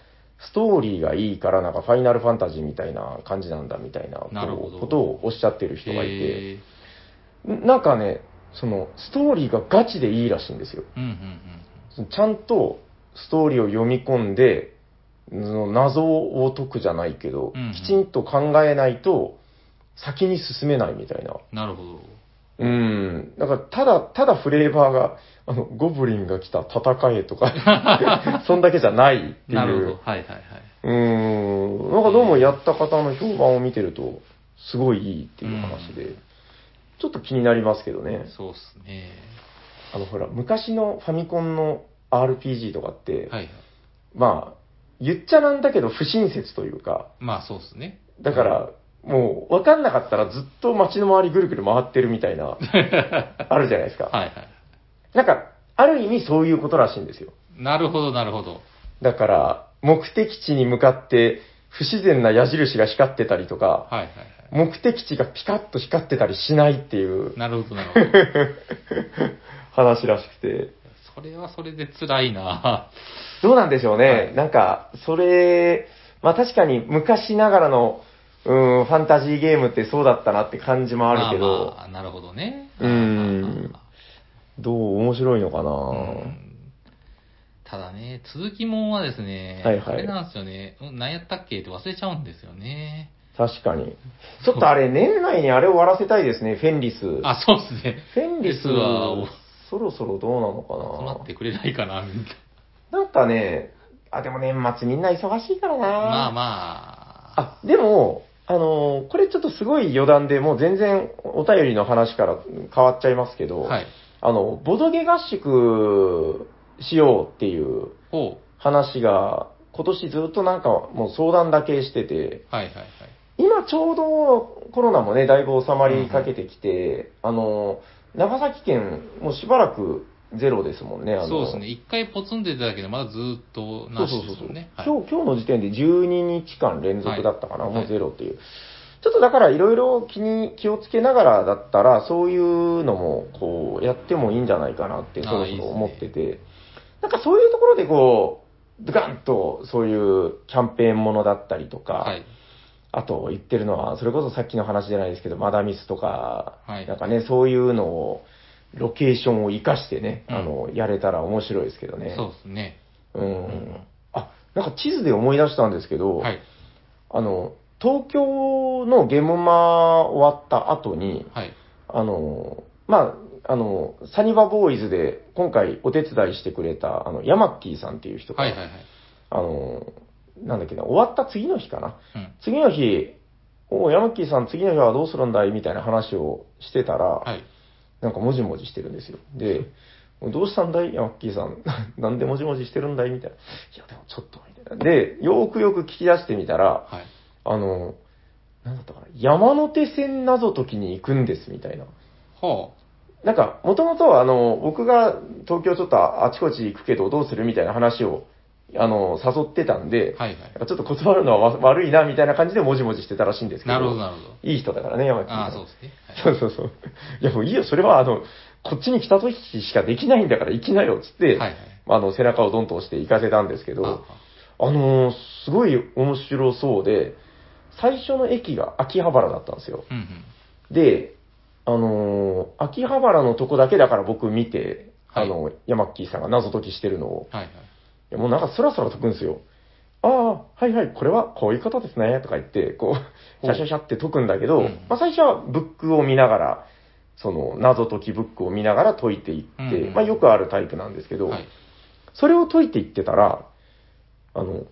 Speaker 2: ストーリーがいいから、なんかファイナルファンタジーみたいな感じなんだみたいなこう
Speaker 1: なるほど
Speaker 2: ことをおっしゃってる人がいて、
Speaker 1: へー
Speaker 2: なんかね、その、ストーリーがガチでいいらしいんですよ。
Speaker 1: うんうん
Speaker 2: ちゃんとストーリーを読み込んで、その謎を解くじゃないけど、
Speaker 1: うんうん
Speaker 2: きちんと考えないと、先に進めないみたいな。
Speaker 1: うん。なるほど。
Speaker 2: うん。だから、ただ、ただフレーバーが、あの、ゴブリンが来た戦え とか、そんだけじゃないっていう。
Speaker 1: なるほど。はいはいはい。
Speaker 2: うん。なんかどうもやった方の評判を見てると、すごいいいっていう話で、
Speaker 1: うん
Speaker 2: ちょっと気になりますけどね。
Speaker 1: そうっすね。
Speaker 2: あの、ほら、昔のファミコンの RPG とかって、
Speaker 1: はいはい。
Speaker 2: まあ、言っちゃなんだけど不親切というか、
Speaker 1: まあそうっすね。
Speaker 2: だから、もう、わかんなかったらずっと街の周りぐるぐる回ってるみたい な、あるじゃないですか。
Speaker 1: はいはい。
Speaker 2: なんか、ある意味そういうことらしいんですよ。
Speaker 1: なるほどなるほど。
Speaker 2: だから、目的地に向かって不自然な矢印が光ってたりと
Speaker 1: は
Speaker 2: か、
Speaker 1: いはいは
Speaker 2: 目的地がピカッと光ってたりしないってい う
Speaker 1: い。なるほどなるほど。
Speaker 2: 話らしくて、
Speaker 1: それはそれで辛いな
Speaker 2: どうなんでしょうね。
Speaker 1: はい
Speaker 2: なんか、それ、まあ確かに昔ながらの、うん、ファンタジーゲームってそうだったなって感じもあるけど、
Speaker 1: まあまあ、なるほどね。
Speaker 2: うんどう面白いのかな、
Speaker 1: うんただね、続きもんはですね、
Speaker 2: はいはい
Speaker 1: あれなんですよね、うん何やったっけって忘れちゃうんですよね。
Speaker 2: 確かに。ちょっとあれ、年内にあれ終わらせたいですね、フェンリス。
Speaker 1: あ、そうですね。
Speaker 2: フェンリス
Speaker 1: は
Speaker 2: は、そろそろどうなのか
Speaker 1: 集ま
Speaker 2: な
Speaker 1: ってくれないかな、みたいな。
Speaker 2: なんかね、あ、でも年末みんな忙しいからな。
Speaker 1: まあまあ。
Speaker 2: あ、でも、あのーこれちょっとすごい余談で、もう全然お便りの話から変わっちゃいますけど、
Speaker 1: はい。
Speaker 2: あの、ボドゲ合宿しようっていう
Speaker 1: ほ
Speaker 2: 話が、今年ずっとなんかもう相談だけしてて、
Speaker 1: う。はいはいはい。
Speaker 2: 今ちょうどコロナもね、だいぶ収まりかけてきて、あのー長崎県、もうしばらくゼロですもんね、あのー
Speaker 1: そうですね。一回ポツンでただけど、まだずーっと
Speaker 2: そう
Speaker 1: な
Speaker 2: そ
Speaker 1: し
Speaker 2: う
Speaker 1: で
Speaker 2: そう
Speaker 1: す
Speaker 2: そう
Speaker 1: もんね。はい
Speaker 2: 今日、今日の時点で12日間連続だったかな、
Speaker 1: はい
Speaker 2: もうゼロっていう。ちょっとだからいろいろ気に気をつけながらだったら、そういうのもこうやってもいいんじゃないかなって
Speaker 1: あー
Speaker 2: そろそ
Speaker 1: いい
Speaker 2: ろ
Speaker 1: ですね
Speaker 2: 思ってて、なんかそういうところでこう、ドカンとそういうキャンペーンものだったりとか、
Speaker 1: はい。
Speaker 2: あと言ってるのは、それこそさっきの話じゃないですけど、マダミスとか、
Speaker 1: はい
Speaker 2: なんかね、そういうのを、ロケーションを活かしてね、
Speaker 1: うん
Speaker 2: あの、やれたら面白いですけどね。
Speaker 1: そうですね。
Speaker 2: うんあ、なんか地図で思い出したんですけど、
Speaker 1: はい。
Speaker 2: あの、東京のゲムマ終わった後に、
Speaker 1: はい。
Speaker 2: あの、まあ、あの、サニバボーイズで今回お手伝いしてくれた、あの、ヤマッキーさんっていう人が、
Speaker 1: はいはいはい。
Speaker 2: あの、なんだっけな、終わった次の日かな。
Speaker 1: うん。
Speaker 2: 次の日、おうヤマッキーさん次の日はどうするんだいみたいな話をしてたら、
Speaker 1: はい。
Speaker 2: なんかもじもじしてるんですよ。で、どうしたんだいヤマッキーさん。 なんでもじもじしてるんだいみたいな。いや、でもちょっと、みたいな。で、よくよく聞き出してみたら、
Speaker 1: はい。
Speaker 2: あの、なんだったかな。山手線謎解きに行くんです、みたいな。
Speaker 1: ほ
Speaker 2: なんか、もともと、あの、僕が東京ちょっとあちこち行くけどどうするみたいな話を、あの、誘ってたん
Speaker 1: う。
Speaker 2: で、
Speaker 1: はいはい。
Speaker 2: なんかちょっと断るのはわ悪いな、みたいな感じでもじもじしてたらしいんですけど。
Speaker 1: なるほどなるほど。
Speaker 2: いい人だからね、山木さん。
Speaker 1: ああ、そうですね。はい
Speaker 2: そうそうそう。いや、もういいよ、それは、あの、こっちに来た時しかできないんだから行きなよ、つって、
Speaker 1: はいはい
Speaker 2: あの、背中をドンと押して行かせたんですけど、
Speaker 1: あ
Speaker 2: あのーすごい面白そうで、最初の駅が秋葉原だったんですよ。
Speaker 1: うんうん。
Speaker 2: で、あのー秋葉原のとこだけだから僕見て、
Speaker 1: はい
Speaker 2: あの、ヤマッキーさんが謎解きしてるのを、
Speaker 1: はいはい。
Speaker 2: いやもうなんかそらそら解くんですよ。ああ、はいはい、これはこういうことですね、とか言って、こう、
Speaker 1: ほう
Speaker 2: シャシャシャって解くんだけど、
Speaker 1: うん
Speaker 2: まあ最初はブックを見ながら、その謎解きブックを見ながら解いていって、
Speaker 1: うんうん
Speaker 2: まあよくあるタイプなんですけど、
Speaker 1: はい。
Speaker 2: それを解いていってたら、あの、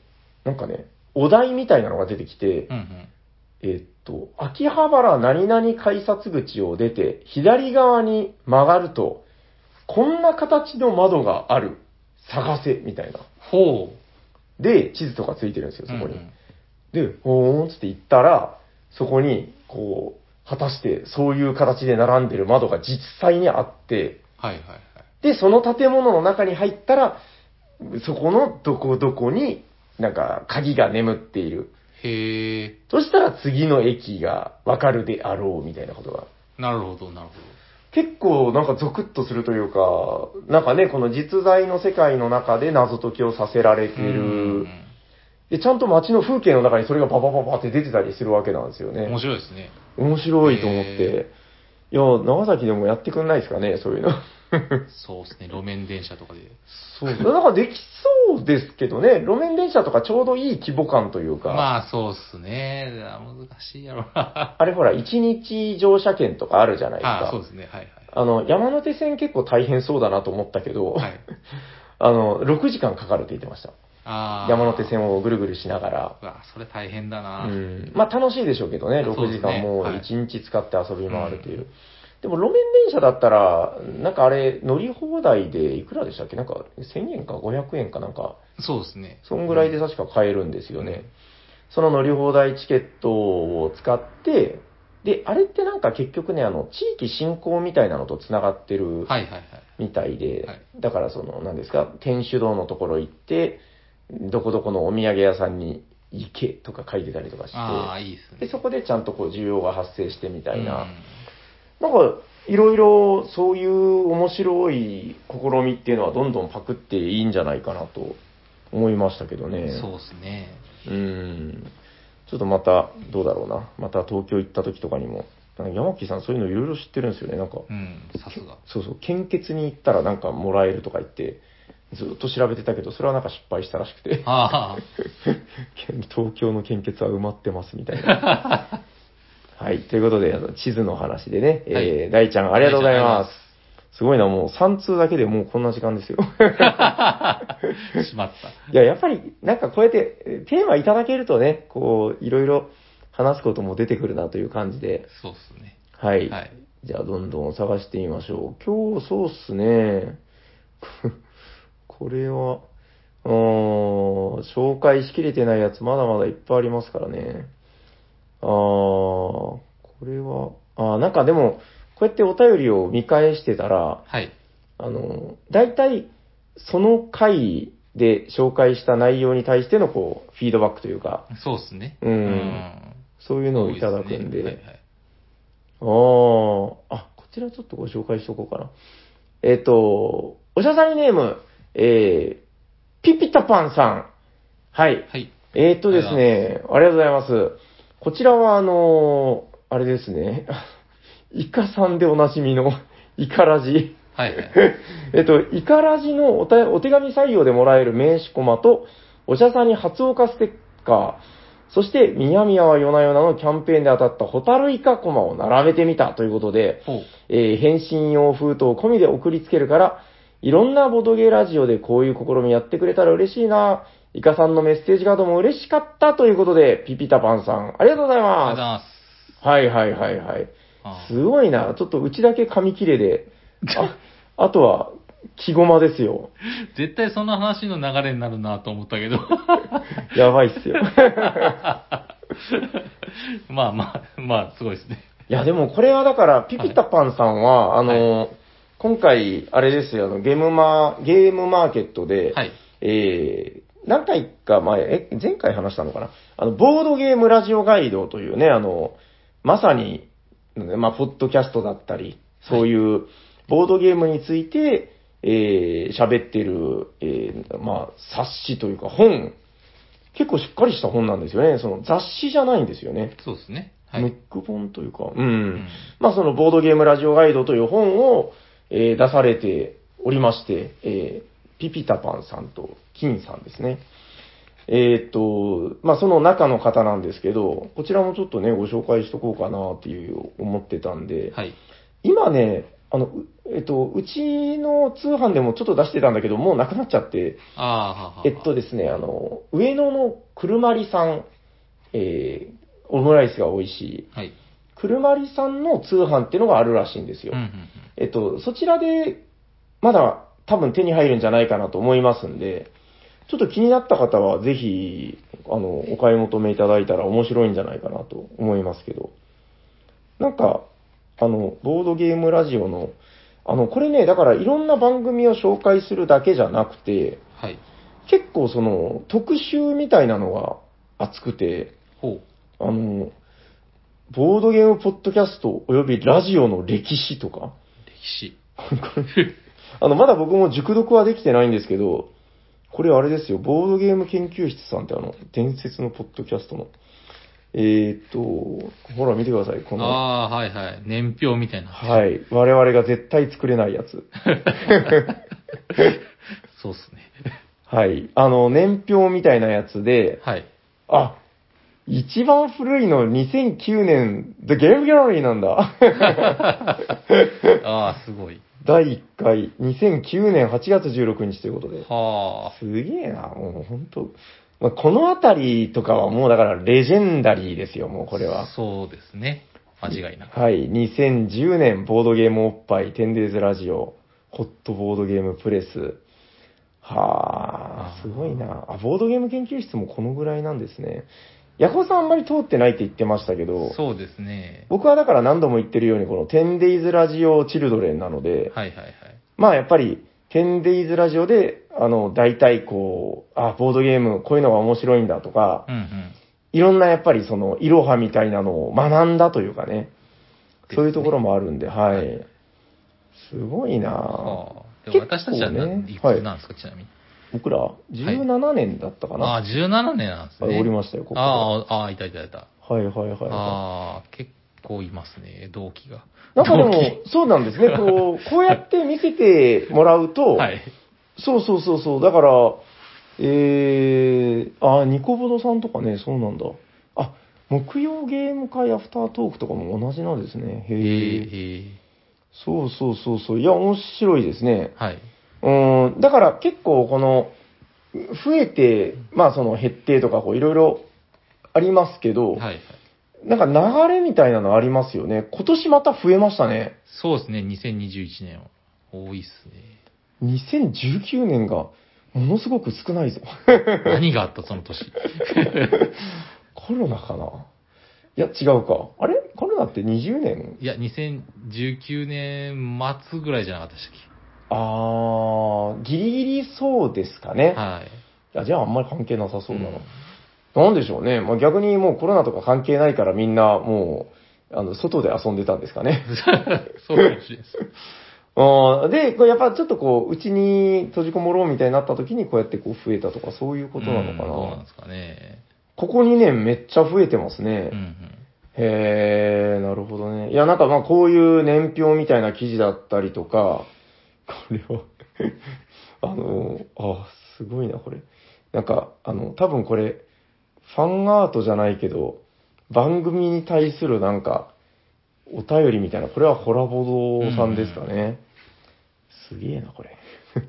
Speaker 2: なんかね、お題みたいなのが出てきて、
Speaker 1: うんうん。
Speaker 2: えっと、秋葉原何々改札口を出て、左側に曲がると、こんな形の窓がある、探せ、みたいな。
Speaker 1: ほ
Speaker 2: で、地図とかついてるんです
Speaker 1: う。
Speaker 2: よ、そこに。
Speaker 1: うんうん
Speaker 2: で、ほーんつって行ったら、そこに、こう、果たしてそういう形で並んでる窓が実際にあって、
Speaker 1: はいはいはい。
Speaker 2: で、その建物の中に入ったら、そこのどこどこに、なんか、鍵が眠っている。
Speaker 1: へえ。
Speaker 2: そしたら次の駅がわかるであろう、みたいなことが。
Speaker 1: なるほど、なる
Speaker 2: 結構なんかゾクッとするというか、なんかね、この実在の世界の中で謎解きをさせられて
Speaker 1: うんうん
Speaker 2: る。で、ちゃんと街の風景の中にそれがババババって出てたりするわけなんですよ
Speaker 1: うん面
Speaker 2: ね。
Speaker 1: 白いですね。
Speaker 2: 面白いと思っ
Speaker 1: へ
Speaker 2: て。いや、長崎でもやってくんないですかね、そういうの。
Speaker 1: そうですね、路面電車とかで。
Speaker 2: そう。 なんかできそうですけどね、路面電車とかちょうどいい規模感というか。
Speaker 1: まあ、そうっすね。いや難しいやろな。
Speaker 2: あれほら、1日乗車券とかあるじゃないですか。
Speaker 1: ああ、そうですね、はいはい。
Speaker 2: あの、山手線結構大変そうだなと思ったけど、
Speaker 1: はい、
Speaker 2: あの、6時間かかるって言ってました。
Speaker 1: あー
Speaker 2: 山手線をぐるぐるしながら。
Speaker 1: うわ、それ大変だ
Speaker 2: う
Speaker 1: な。
Speaker 2: ん、まあ楽しいでしょうけどね、6
Speaker 1: そうで
Speaker 2: 時
Speaker 1: すね
Speaker 2: 間もう
Speaker 1: はい
Speaker 2: 1日使って遊び回るという。
Speaker 1: う
Speaker 2: でも路面電車だったら、なんかあれ、乗り放題でいくらでしたっけなんか1000円か500円かなんか、
Speaker 1: そうですね。
Speaker 2: そんぐらいで
Speaker 1: う
Speaker 2: 確か買えるんですよね。
Speaker 1: うん
Speaker 2: その乗り放題チケットを使って、で、あれってなんか結局ね、あの、地域振興みたいなのと繋がってる
Speaker 1: んはいはいはい。
Speaker 2: みたいで、
Speaker 1: はい
Speaker 2: だからその、何ですか、天主堂のところ行って、どこどこのお土産屋さんに行けとか書いてたりとか
Speaker 1: あ
Speaker 2: し
Speaker 1: あ、いいです
Speaker 2: て、
Speaker 1: ね。
Speaker 2: で、そこでちゃんとこう需要が発生してみたいな、
Speaker 1: うん
Speaker 2: なんか、いろいろそういう面白い試みっていうのはどんどんパクっていいんじゃないかなと思いましたけどね。
Speaker 1: そうですね。
Speaker 2: う。ん。ちょっとまた、どうだろうな。また東京行った時とかにも、なんか山木さんそういうのいろいろ知ってるんですよね。なんか、
Speaker 1: うん、さ すが。
Speaker 2: そうそう、献血に行ったらなんかもらえるとか言って、ずっと調べてたけど、それはなんか失敗したらしくて、
Speaker 1: ああ、
Speaker 2: 東京の献血は埋まってますみたいな。 はい、ということで、あの地図の話でね、
Speaker 1: は
Speaker 2: えー、大ちゃんありがとうござい
Speaker 1: 大ちゃんありがとうござい
Speaker 2: ま。
Speaker 1: ます
Speaker 2: すごいな、もう3通だけでもうこんな時間ですよ。
Speaker 1: しまった。
Speaker 2: いや、やっぱりなんかこうやってえーテーマいただけるとね、こう、いろいろ話すことも出てくるなという感じで、
Speaker 1: そうですね。
Speaker 2: はい。
Speaker 1: はい。
Speaker 2: じゃあ、どんどん探してみましょう。今日、そうっすね。 これは、うーん、紹介しきれてないやつ、まだまだいっぱいありますからね。あー、これは、あー、なんかでも、こうやってお便りを見返してたら、
Speaker 1: はい。
Speaker 2: あの、大体、その回で紹介した内容に対しての、こう、フィードバックというか、
Speaker 1: そうですね。
Speaker 2: うん
Speaker 1: ん
Speaker 2: そういうのをいただく
Speaker 1: 多
Speaker 2: ん
Speaker 1: いすね
Speaker 2: で、
Speaker 1: はいはい
Speaker 2: ああ、あ、こちらちょっとご紹介しとこうかな。えっ、と、おしゃさりネーム、えー、ピピタパンさん。はい。
Speaker 1: はい。
Speaker 2: えっ、とですね、ありがとうございます。こちらは、あのーあれですね、 イカさんでおなじみの、 イカラジ。
Speaker 1: はい はい。
Speaker 2: えっと、イカラジのおたお手紙採用でもらえる名刺コマと、おしゃさんに初岡ステッカー、そして、宮宮は夜な夜なのキャンペーンで当たったホタルイカコマを並べてみたということで、
Speaker 1: ほう。
Speaker 2: えー返信用封筒込みで送りつけるから、いろんなボドゲラジオでこういう試みやってくれたら嬉しいなイカさんのメッセージカードも嬉しかったということで、ピピタパンさん、ありがとうござ
Speaker 1: あ
Speaker 2: い
Speaker 1: りがとうござい
Speaker 2: ま
Speaker 1: ます
Speaker 2: す。はいはいはいはい。
Speaker 1: あー。
Speaker 2: すごいな。ちょっとうちだけ紙切れで、ああとは、木駒ですよ。
Speaker 1: 絶対その話の流れになるなと思ったけど。
Speaker 2: やばいっすよ。
Speaker 1: まあまあ、まあ、すごいですね。
Speaker 2: いや、でもこれはだから、ピピタパンさんは、あの、今回、あれですよ、あの、ゲームマー、ゲームマーケットで、
Speaker 1: はい。
Speaker 2: えー、何回か前、え、前回話したのかなあの、ボードゲームラジオガイドというね、あの、まさに、まあ、ポッドキャストだったり、そういう、ボードゲームについて、えー、喋ってる、えー、まあ、冊子というか本、結構しっかりした本なんですよね。その雑誌じゃないんですよね。
Speaker 1: そうですね。はい。
Speaker 2: ムック本というか、う。
Speaker 1: うん
Speaker 2: まあ、そのボードゲームラジオガイドという本を、えー出されておりまして、えーピピタパンさんと金さんですね。えーっと、まあ、その中の方なんですけど、こちらもちょっとね、ご紹介しとこうかなっていう思ってたんで、
Speaker 1: はい。
Speaker 2: 今ね、あの、うえっと、うちの通販でもちょっと出してたんだけど、もうなくなっちゃって、
Speaker 1: ああ、ははは
Speaker 2: えっとですね、あの、上野のくるまりさん、えーオムライスが美味しい、
Speaker 1: はい。
Speaker 2: くるまりさんの通販っていうのがあるらしいんです
Speaker 1: う
Speaker 2: よ。
Speaker 1: んうんうん。
Speaker 2: えっと、そちらで、まだ多分手に入るんじゃないかなと思いますんで、ちょっと気になった方はぜひ、あの、お買い求めいただいたら面白いんじゃないかなと思いますけど。なんか、あの、ボードゲームラジオの、あの、これね、だからいろんな番組を紹介するだけじゃなくて、
Speaker 1: はい。
Speaker 2: 結構その、特集みたいなのが熱くて、
Speaker 1: ほう。
Speaker 2: あの、ボードゲームポッドキャストおよびラジオの歴史とか、
Speaker 1: 必
Speaker 2: あの、まだ僕も熟読はできてないんですけど、これあれですよ、ボードゲーム研究室さんってあの、伝説のポッドキャストの。えーっと、ほら見てください、 こ
Speaker 1: 死。
Speaker 2: の。
Speaker 1: ああ、はいはい。年表みたいな。
Speaker 2: はい。我々が絶対作れないやつ。
Speaker 1: そうっすね。
Speaker 2: はい。あの、年表みたいなやつで、
Speaker 1: はい。
Speaker 2: あ、一番古いの2009年、The Game Gallery なんだ。
Speaker 1: ああ、すごい。
Speaker 2: 第1回、2009年8月16日ということで。
Speaker 1: は
Speaker 2: すげえな、もう本当。まあ、この辺りとかはもうだからレジェンダリーですよ、もう
Speaker 1: あ。
Speaker 2: これは。
Speaker 1: そうですね。間違いなく。
Speaker 2: はい、2010年ボードゲームおっぱい、テンデイズラジオ、ホットボードゲームプレス。は
Speaker 1: あ
Speaker 2: あ、
Speaker 1: ー
Speaker 2: すごいな。あ、ボードゲーム研究室もこのぐらいなんですね。ヤコさんあんまり通ってないって言ってましたけど、
Speaker 1: そうですね。
Speaker 2: 僕はだから何度も言ってるように、このテンデイズラジオチルドレンなので、
Speaker 1: はいはいはい。
Speaker 2: まあやっぱり、テンデイズラジオで、あの、大体こう、あ、ボードゲーム、こういうのが面白いんだとか、
Speaker 1: うんうん。
Speaker 2: いろんなやっぱりその、いろはみたいなのを学んだというかね、そういうところもあるんで、はい。すごいなぁ
Speaker 1: はあ。でも私たちはな、
Speaker 2: 結構
Speaker 1: い
Speaker 2: ね
Speaker 1: くつなんですか、ちなみに。
Speaker 2: 僕ら、17年だったかな、
Speaker 1: ああ、17年なんです
Speaker 2: はい
Speaker 1: ね。
Speaker 2: おりましたよここ
Speaker 1: ああ、ああ、いたいたいた。
Speaker 2: はいはいはいは
Speaker 1: ああ、結構いますね、同期が。
Speaker 2: い。なんかでも
Speaker 1: 同期、
Speaker 2: そうなんですね、こう、こうやって見せてもらう と、
Speaker 1: はい。
Speaker 2: そうそうそうそう。だから、えー、あ、ニコボドさんとかね、そうなんだ。あ、木曜ゲーム会アフタートークとかも同じなんですね。
Speaker 1: え
Speaker 2: へえ。
Speaker 1: ー、え
Speaker 2: そうそうそうそう。いや、面白いですね。
Speaker 1: ー、はい。
Speaker 2: うん、だから結構この、増えて、まあその減ってとか、こういろいろありますけど、
Speaker 1: はいはい。
Speaker 2: なんか流れみたいなのありますよね。今年また増えましたね。
Speaker 1: そうですね、2021年は。多いっすね。
Speaker 2: 2019年がものすごく少ないぞ。
Speaker 1: 何があった、その 年。
Speaker 2: コロナかないや、違うか。あれコロナって20年
Speaker 1: いや、2019年末ぐらいじゃなかったでしたっ
Speaker 2: あー、ギリギリそうですか
Speaker 1: け
Speaker 2: ね。
Speaker 1: はい。
Speaker 2: いや、じゃああんまり関係なさそうだな。
Speaker 1: うん
Speaker 2: なんでしょうね。まあ、逆にもうコロナとか関係ないからみんなもう、あの、外で遊んでたんですかね。
Speaker 1: そうかもしれないです。
Speaker 2: あーで、こうやっぱちょっとこう、うちに閉じこもろうみたいになった時にこうやってこう増えたとか、そういうことなのか
Speaker 1: うんどうなん
Speaker 2: な。
Speaker 1: ですかね。
Speaker 2: ここ2年めっちゃ増えてますね。
Speaker 1: うんうん。
Speaker 2: へえ、なるほどね。いや、なんかまあこういう年表みたいな記事だったりとか、これは、 あの、あ、すごいな、これ。なんか、あの、多分これ、ファンアートじゃないけど、番組に対するなんか、お便りみたいな、これはホラボドさんですかね。すげえな、これ。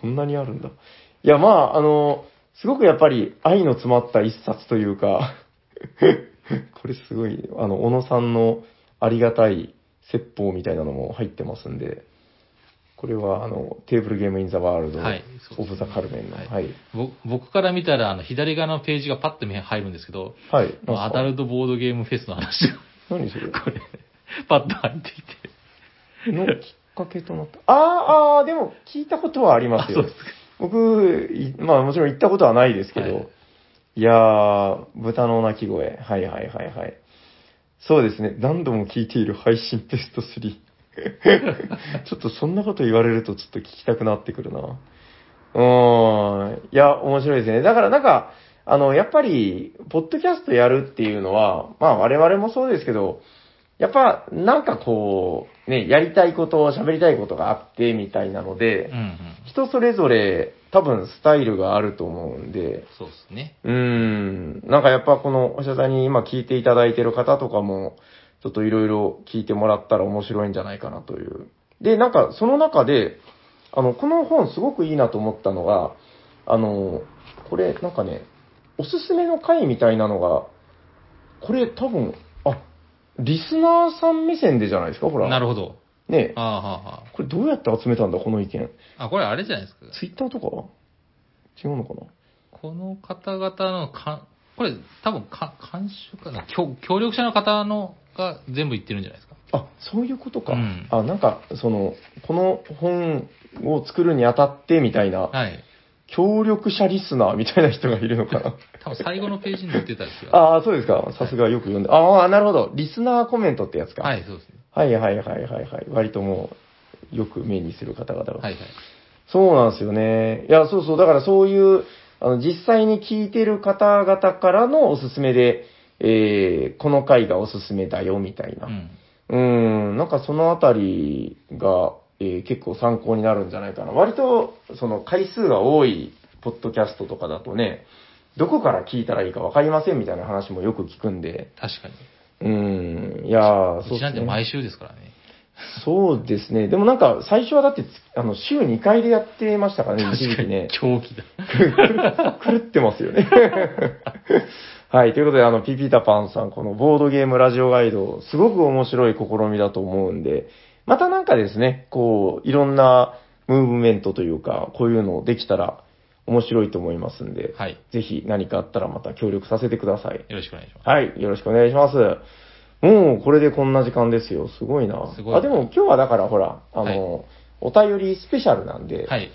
Speaker 2: こんなにあるんだ。いや、まあ、あの、すごくやっぱり愛の詰まった一冊というか、 これすごい、あの、小野さんのありがたい説法みたいなのも入ってますんで、これは、あの、テーブルゲームインザワールド、
Speaker 1: はいそう
Speaker 2: オ
Speaker 1: です
Speaker 2: ブ
Speaker 1: ね
Speaker 2: ザカルメンの、
Speaker 1: はい
Speaker 2: はい。
Speaker 1: ぼ僕から見たら、あの、左側のページがパッと目入るんですけど、
Speaker 2: はい。
Speaker 1: アダルトボードゲームフェスの話が、
Speaker 2: 何それ
Speaker 1: これ、パッと入ってき て。
Speaker 2: のきっかけとなった。あーあー、でも聞いたことはありま
Speaker 1: あ、
Speaker 2: す
Speaker 1: そう
Speaker 2: よ
Speaker 1: です。
Speaker 2: 僕、いまあもちろん行ったことはないですけど、
Speaker 1: はい
Speaker 2: い、やー、豚の鳴き声。はいはいはいはい。そうですね。何度も聞いている配信テスト3。ちょっ とそんなこと言われるとちょっと聞きたくなってくるな。うーん。いや、面白いですね。だからなんか、あの、やっぱり、ポッドキャストやるっていうのは、まあ我々もそうですけど、やっぱなんかこう、ね、やりたいこと、喋りたいことがあって、みたいなので、
Speaker 1: うんうん。
Speaker 2: 人それぞれ多分スタイルがあると思うんで、
Speaker 1: そうですね。
Speaker 2: うーん、なんかやっぱこのお医者さんに今聞いていただいてる方とかも、ちょっといろいろ聞いてもらったら面白いんじゃないかなという。で、なんかその中で、あの、この本すごくいいなと思ったのが、あの、これなんかね、おすすめの回みたいなのが、これ多分、あ、リスナーさん目線でじゃないですか、ほら。
Speaker 1: なるほど。
Speaker 2: ね
Speaker 1: ああ、はあ、は
Speaker 2: これどうやって集めたんだ、この意見。
Speaker 1: あ。あ、これあれじゃないですか。
Speaker 2: ツイッターとかは違うのかな
Speaker 1: この方々のか、これ多分か、監修かな協、協力者の方のが全部言ってるんじゃないですか。
Speaker 2: あ、そういうことか。
Speaker 1: うん
Speaker 2: あ、なんか、その、この本を作るにあたってみたいな、
Speaker 1: はい。
Speaker 2: 協力者リスナーみたいな人がいるのか な。
Speaker 1: 多分最後のページに載ってたんですよ。
Speaker 2: ああ、そうですか。さすがよく読んで。ああ、なるほど。リスナーコメントってやつか。
Speaker 1: はい、そうですね。
Speaker 2: はいはいはいはいはい。割ともう、よく目にする方々が。
Speaker 1: はいはい。
Speaker 2: そうなんですよね。いや、そうそう。だからそういう、あの、実際に聞いてる方々からのおすすめで、えー、この回がおすすめだよ、みたいうな。
Speaker 1: ん。
Speaker 2: うん、ん、なんかそのあたりが、えー結構参考になるんじゃないかな。割と、その回数が多い、ポッドキャストとかだとね、どこから聞いたらいいかわかりませんみたいな話もよく聞くんで、
Speaker 1: 確かに。
Speaker 2: うん、いやー、
Speaker 1: うちなんて
Speaker 2: ね
Speaker 1: 毎週ですからね。
Speaker 2: そうですね。でもなんか、最初はだってつ、あの、週2回でやってましたからね、一時期ね。
Speaker 1: 狂気だ。
Speaker 2: 狂ってますよね。 はい。ということで、あの、ピピタパンさん、このボードゲームラジオガイド、すごく面白い試みだと思うんで、またなんかですね、こう、いろんなムーブメントというか、こういうのできたら面白いと思いますんで、
Speaker 1: はい。
Speaker 2: ぜひ何かあったらまた協力させてください。
Speaker 1: よろしくお願いしま
Speaker 2: はい、よろしくお願いします。もうこれでこんな時間ですよ。すごいな。
Speaker 1: すごい
Speaker 2: あ、でも今日はだからほら、あの、お便りスペシャルなんで、
Speaker 1: す。はい。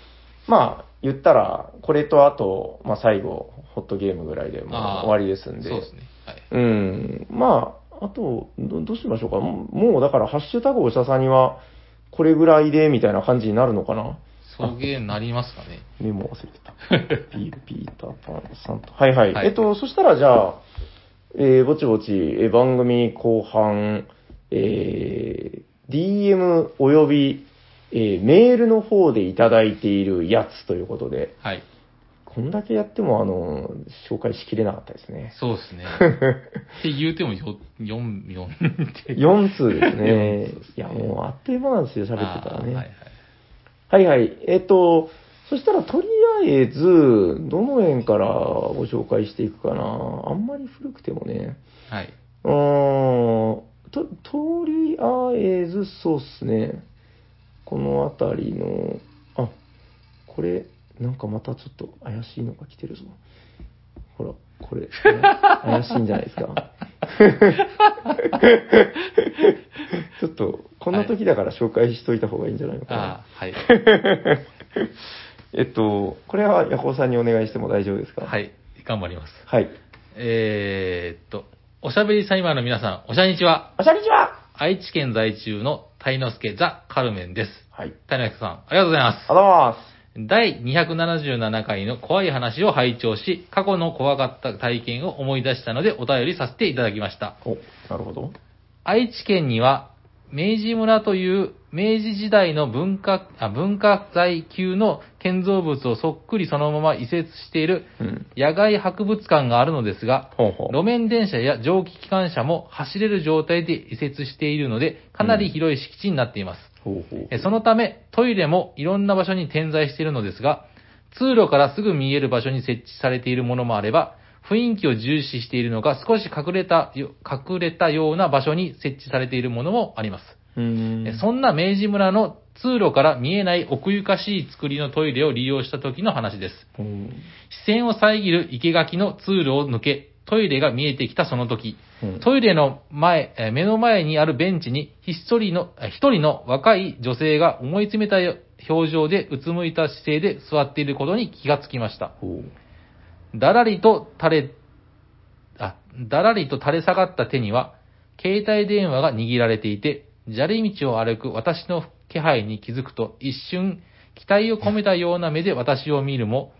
Speaker 2: まあ、言ったら、これとあと、まあ最後、ホットゲームぐらいでもう
Speaker 1: あー
Speaker 2: 終わりですんで、
Speaker 1: そうですね。はい。
Speaker 2: うん、まあ、あとど、どうしましょうか。もうもうだから、ハッシュタグおしゃさには、これぐらいで、みたいな感じになるのかな。
Speaker 1: 送迎になりますかね。
Speaker 2: メモ忘れてた。 ピーピーターパンさんと。はいはい。
Speaker 1: はい
Speaker 2: えっと、そしたらじゃあ、えーぼちぼち、えー番組後半、えー DM および、えーメールの方でいただいているやつということで、
Speaker 1: はい。
Speaker 2: こんだけやっても、あの、紹介しきれなかったですね。
Speaker 1: そう ですね。って言うてもよ、4、4って。
Speaker 2: 4通
Speaker 1: 四通
Speaker 2: ですね
Speaker 1: ですね。
Speaker 2: いや、もうあっという間なんですよ、喋ってたらね。
Speaker 1: あーはいはい。
Speaker 2: はいはい。えっと、そしたらとりあえず、どの辺からご紹介していくかな。あんまり古くてもね。
Speaker 1: はい。
Speaker 2: うーん、と、とりあえず、そうっすね。この辺りの、あ、これ、なんかまたちょっと怪しいのが来てるぞ。ほら、これ、怪しいんじゃないです か。ちょっと、こんな時だから紹介しといた方がいいんじゃないのかな。
Speaker 1: ああ、はい。
Speaker 2: えっと、これはヤコウさんにお願いしても大丈夫ですか
Speaker 1: はい。頑張ります。
Speaker 2: はい。
Speaker 1: えー、っと、おしゃべりサイマーの皆さん、おしゃにちは。
Speaker 2: おしゃにちは
Speaker 1: 愛知県在住のタイノスケザ・カルメンです。
Speaker 2: はい。
Speaker 1: タイノスケさん、ありがとうございます。
Speaker 2: あざま
Speaker 1: 第277回の怖い話を拝聴し、過去の怖かった体験を思い出したのでお便りさせていただきました。
Speaker 2: ーす。お、なるほど。
Speaker 1: 愛知県には、明治村という明治時代の文化、あ文化財級の建造物をそっくりそのまま移設している
Speaker 2: うん。
Speaker 1: 野外博物館があるのですが、
Speaker 2: ほうほう。
Speaker 1: 路面電車や蒸気機関車も走れる状態で移設しているので、かなり広い敷地になっています。
Speaker 2: ほうほう。
Speaker 1: えそのため、トイレもいろんな場所に点在しているのですが、通路からすぐ見える場所に設置されているものもあれば、雰囲気を重視しているのが少し隠れたよ、隠れたような場所に設置されているものもあります。
Speaker 2: うーん
Speaker 1: えそんな明治村の通路から見えない奥ゆかしい作りのトイレを利用した時の話です。
Speaker 2: うん
Speaker 1: 視線を遮る生垣の通路を抜け、トイレが見えてきたその時、
Speaker 2: うん
Speaker 1: トイレの前、えー目の前にあるベンチに、ひっそりの、えー一人の若い女性が思い詰めたよ表情でうつむいた姿勢で座っていることに気がつきました。
Speaker 2: ほ
Speaker 1: だらりと垂れ、あ、だらりと垂れ下がった手には、携帯電話が握られていて、砂利道を歩く私の気配に気づくと、一瞬、期待を込めたような目で私を見るも、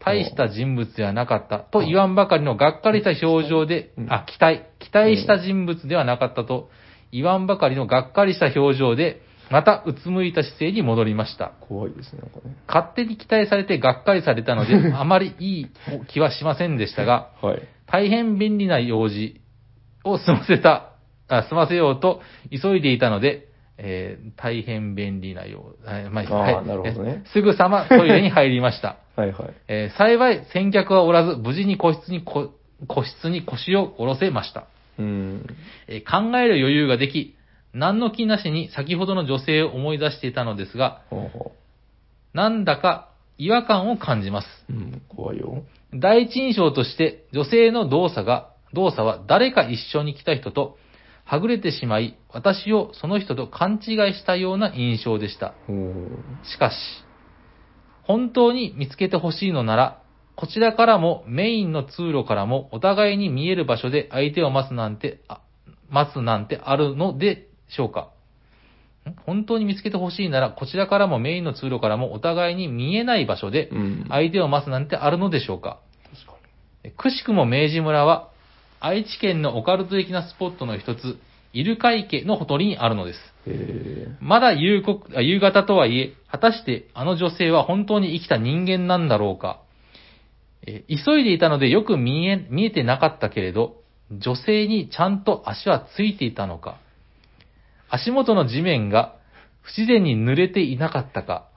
Speaker 1: 大した人物ではなかったと言わんばかりのがっかりした表情で
Speaker 2: う、ん
Speaker 1: あ、期待、期待した人物ではなかったと言わんばかりのがっかりした表情で、またうつむいた姿勢に戻りました。
Speaker 2: う。怖いですね、なんかね。
Speaker 1: 勝手に期待されてがっかりされたので、 あまりいい気はしませんでしたが、
Speaker 2: はい。
Speaker 1: 大変便利な用事を済ませた、あ済ませようと急いでいたので、えー大変便利な用、あま
Speaker 2: あーなるほどね
Speaker 1: えすぐさまトイレに入りました。
Speaker 2: はいはい。
Speaker 1: えー幸い先客はおらず、無事に個室にこ、個室に腰を下ろせました。
Speaker 2: うん。
Speaker 1: えー考える余裕ができ、何の気なしに先ほどの女性を思い出していたのですが、
Speaker 2: ほうほ
Speaker 1: なんだか違和感を感じます。
Speaker 2: う。うん、怖いよ。
Speaker 1: 第一印象として女性の動作が、動作は誰か一緒に来た人とはぐれてしまい、私をその人と勘違いしたような印象でした。
Speaker 2: ほう。
Speaker 1: しかし、本当に見つけてほしいのなら、こちらからもメインの通路からもお互いに見える場所で相手を待つなんて、あ待つなんてあるので、しょうか。ん本当に見つけてほしいなら、こちらからもメインの通路からもお互いに見えない場所で
Speaker 2: うん、
Speaker 1: 相手を待つなんてあるのでしょうか。
Speaker 2: 確か
Speaker 1: くしくも明治村は、愛知県のオカルト的なスポットの一つ、イルカ池のほとりにあるのです。
Speaker 2: に。へえ。
Speaker 1: まだ夕刻あ夕方とはいえ、果たしてあの女性は本当に生きた人間なんだろうか。えー急いでいたのでよく見え、見えてなかったけれど、女性にちゃんと足はついていたのか。足元の地面が不自然に濡れていなかったか。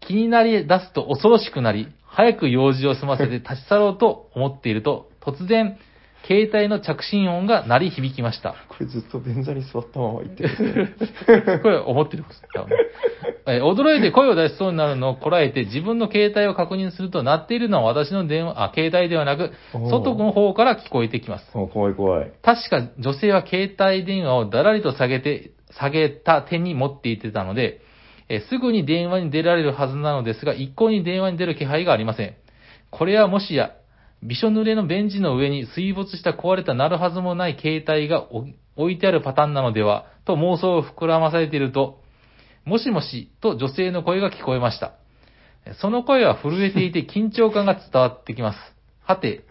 Speaker 1: 気になり出すと恐ろしくなり、早く用事を済ませて立ち去ろうと思っていると、突然、携帯の着信音が鳴り響きました。
Speaker 2: これずっと便座に座ったまま行ってるんです ね。
Speaker 1: これ思ってることだ、えー驚いて声を出しそうになるのをこらえて自分の携帯を確認すると鳴っているのは私の電話、あ、携帯ではなく、
Speaker 2: おー
Speaker 1: 外の方から聞こえてきます。
Speaker 2: そう怖い怖い。
Speaker 1: 確か女性は携帯電話をだらりと下げて、下げた手に持っていってたので、えーすぐに電話に出られるはずなのですが、一向に電話に出る気配がありません。これはもしや、びしょ濡れのベンチの上に水没した壊れたなるはずもない携帯が置置いてあるパターンなのでは、と妄想を膨らまされていると、もしもし、と女性の声が聞こえました。その声は震えていて緊張感が伝わってきます。はて、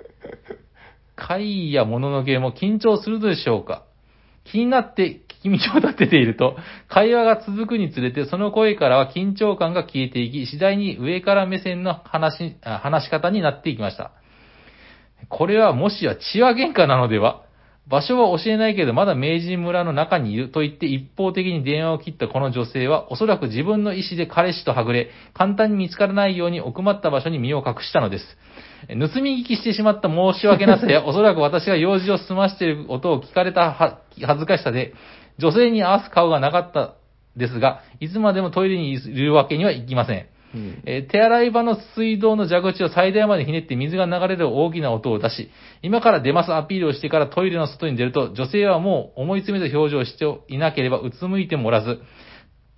Speaker 1: 会やもののけも緊張するのでしょうか気になって聞き道を立てていると、会話が続くにつれて、その声からは緊張感が消えていき、次第に上から目線の話し、あ話し方になっていきました。これはもしや血は喧嘩なのでは場所は教えないけど、まだ明治村の中にいると言って一方的に電話を切ったこの女性は、おそらく自分の意思で彼氏とはぐれ、簡単に見つからないように奥まった場所に身を隠したのです。え盗み聞きしてしまった申し訳なさや、おそらく私が用事を済ましている音を聞かれたは恥ずかしさで、女性に合わす顔がなかったですが、いつまでもトイレにいるわけにはいきません。
Speaker 2: うん
Speaker 1: えー手洗い場の水道の蛇口を最大までひねって水が流れる大きな音を出し、今から出ますアピールをしてからトイレの外に出ると、女性はもう思い詰めた表情をしていなければうつむいてもおらず、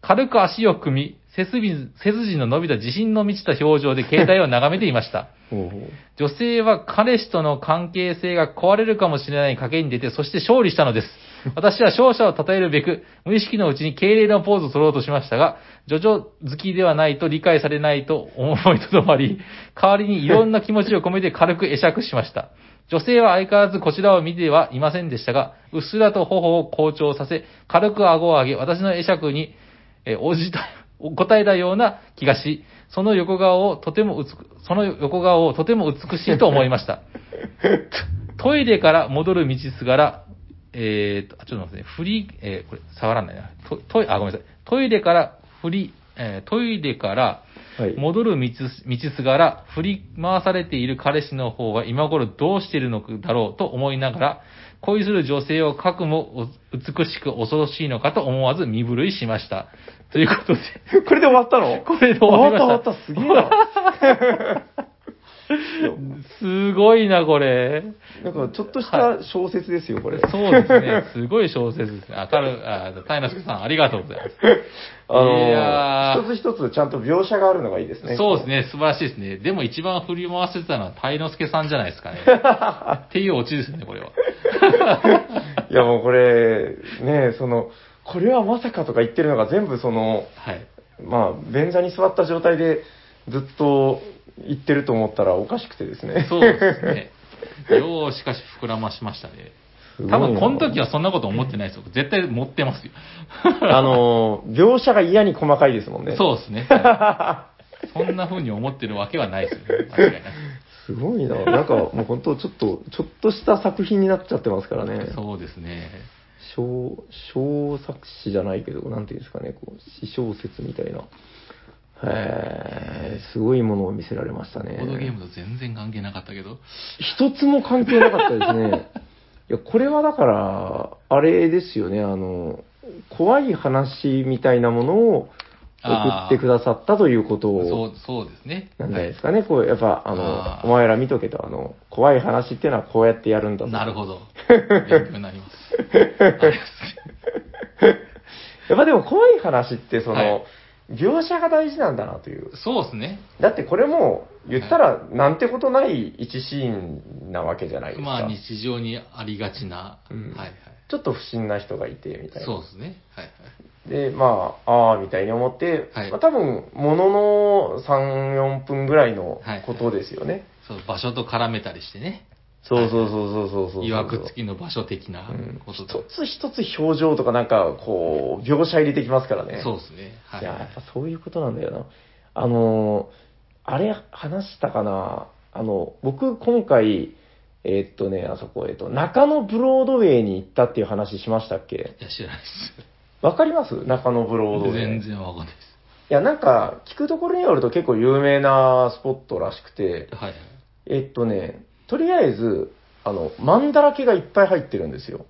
Speaker 1: 軽く足を組み、背筋背筋の伸びた自信の満ちた表情で携帯を眺めていました。
Speaker 2: ほうほう
Speaker 1: 女性は彼氏との関係性が壊れるかもしれない賭けに出て、そして勝利したのです。私は勝者を称えるべく、無意識のうちに敬礼のポーズを取ろうとしましたが、ジョジョ好きではないと理解されないと思い とどまり、代わりにいろんな気持ちを込めて軽く会釈しました。女性は相変わらずこちらを見てはいませんでしたが、うっすらと頬を好調させ、軽く顎を上げ、私の会釈に、えー応じた、お答えたような気がし、その横顔をとても美く、その横顔をとても美しいと思いました。トトイレから戻る道すがら、えーと、あちょっと待ってね、振り、えーこれ、触らないな。トトイレ、あ、ごめんなさい。トイレから振り、えートイレから
Speaker 2: はい。
Speaker 1: 戻る道す道すがら、振り回されている彼氏の方は今頃どうしているのだろうと思いながら、恋する女性をかくもお美しく恐ろしいのかと思わず身震いしました。ということで、
Speaker 2: これで終わったの
Speaker 1: これで終わりました。
Speaker 2: 終わった終わった、すげえな い
Speaker 1: すごいな、これ。
Speaker 2: や。なんか、ちょっとした小説ですよ、これ。
Speaker 1: そうですね。すごい小説ですね。あ、カル、あ、タイナスクさん、ありがとうございます。いや
Speaker 2: あ
Speaker 1: ー
Speaker 2: の、一つ一つちゃんと描写があるのがいいですね。
Speaker 1: そうですね。素晴らしいですね。でも一番振り回せてたのは、タイノスケさんじゃないです かね。っていうオチですね、これは。
Speaker 2: いやもうこれ、ねその、これはまさかとか言ってるのが全部その、
Speaker 1: はい。
Speaker 2: まあ、便座に座った状態でずっと言ってると思ったらおかしくてですね。
Speaker 1: そう ですね。よう、しかし膨らましましたね。
Speaker 2: すごいな
Speaker 1: 多分、この時はそんなこと思ってないですよ。絶対持ってますよ。
Speaker 2: あの、描写が嫌に細かいですもんね。
Speaker 1: そうですね。 はいそんな風に思ってるわけはないですよね。間違いなく。
Speaker 2: すごいな。なんかもう本当ちょっと、ちょっとした作品になっちゃってますからね。
Speaker 1: そうですね。
Speaker 2: 小、小作詞じゃないけど、なんていうんですかね、こう、詩小説みたいな。へーすごいものを見せられました
Speaker 1: ボ
Speaker 2: ね。
Speaker 1: ードゲームと全然関係なかったけど。
Speaker 2: 一つも関係なかったで すね。いや、これはだから、あれですよね、あの、怖い話みたいなものを送ってくださったということ
Speaker 1: そ
Speaker 2: を、
Speaker 1: う、そうですね。
Speaker 2: なんじゃないですかね、こう、やっぱ、あ
Speaker 1: あー
Speaker 2: の、お前ら見とけと、あの、怖い話っていうのはこうやってやるんだと。
Speaker 1: なるほ ど。勉強になります。ありがとうございます
Speaker 2: やっぱでも怖い話って、その、
Speaker 1: はい
Speaker 2: 描写が大事なんだなという。
Speaker 1: そうですね。
Speaker 2: だってこれも、言ったら、なんてことない一シーンなわけじゃないですか。
Speaker 1: まあ日常にありがちな、
Speaker 2: うん
Speaker 1: はいはい。
Speaker 2: ちょっと不審な人がいて、みたいな。
Speaker 1: そうですね。はいはい。
Speaker 2: で、まあ、ああ、みたいに思って、
Speaker 1: はい
Speaker 2: まあ多分、ものの3、4分ぐらいのことですよね。
Speaker 1: そう、場所と絡めたりしてね。
Speaker 2: そうそうそうそうそうそうそう。
Speaker 1: いわくつきの場所的な
Speaker 2: うん
Speaker 1: こと
Speaker 2: 一
Speaker 1: と。
Speaker 2: つ一つ表情とかなんか、こう、描写入れてきますからね。
Speaker 1: そうですね。はいい。
Speaker 2: や、やっぱそういうことなんだよな。あのー、あれ話したかな。あの、僕今回、えーっとね、あそこ、えっと、中野ブロードウェイに行ったっていう話しましたっけ
Speaker 1: いや、知らないで
Speaker 2: わかります中野ブロードウ
Speaker 1: す。
Speaker 2: ェイ。
Speaker 1: 全
Speaker 2: い
Speaker 1: 然わかんないで
Speaker 2: や、なんか、聞くところによると結構有名なスポットらしくて
Speaker 1: す。、はいはい。
Speaker 2: えっとね、とりあえず、あの、マンだらけがいっぱい入ってるんですよ。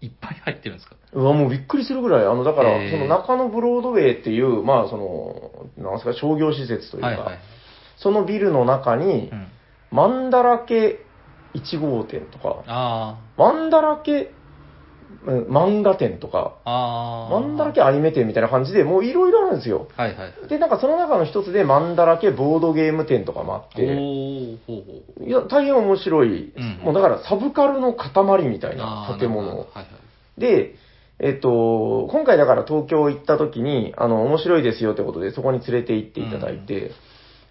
Speaker 1: いっぱい入ってるんですか
Speaker 2: うわ、もうびっくりするぐらい、あの、だから、
Speaker 1: へー
Speaker 2: その中野ブロードウェイっていう、まあ、その、なんですか、商業施設というか、
Speaker 1: はいはい。
Speaker 2: そのビルの中に
Speaker 1: う、ん。
Speaker 2: マンダラケ1号店とか、
Speaker 1: あ
Speaker 2: マンダラケうん漫画店とか、
Speaker 1: あ。ああ。
Speaker 2: マンダラケアニメ店みたいな感じでもういろいろあるんですよ。
Speaker 1: はいはい。
Speaker 2: で、なんかその中の一つで、マンダラケボードゲーム店とかもあっ
Speaker 1: お
Speaker 2: て、
Speaker 1: ー、ほうほう。
Speaker 2: いや、大変面白い、
Speaker 1: うん
Speaker 2: もうだからサブカルの塊みたい
Speaker 1: あ
Speaker 2: な
Speaker 1: ー
Speaker 2: 建
Speaker 1: なる
Speaker 2: 物
Speaker 1: ほ。どはいはい。
Speaker 2: で、えっと、今回だから東京行った時に、あの、面白いですよってことで、そこに連れて行っていただいて、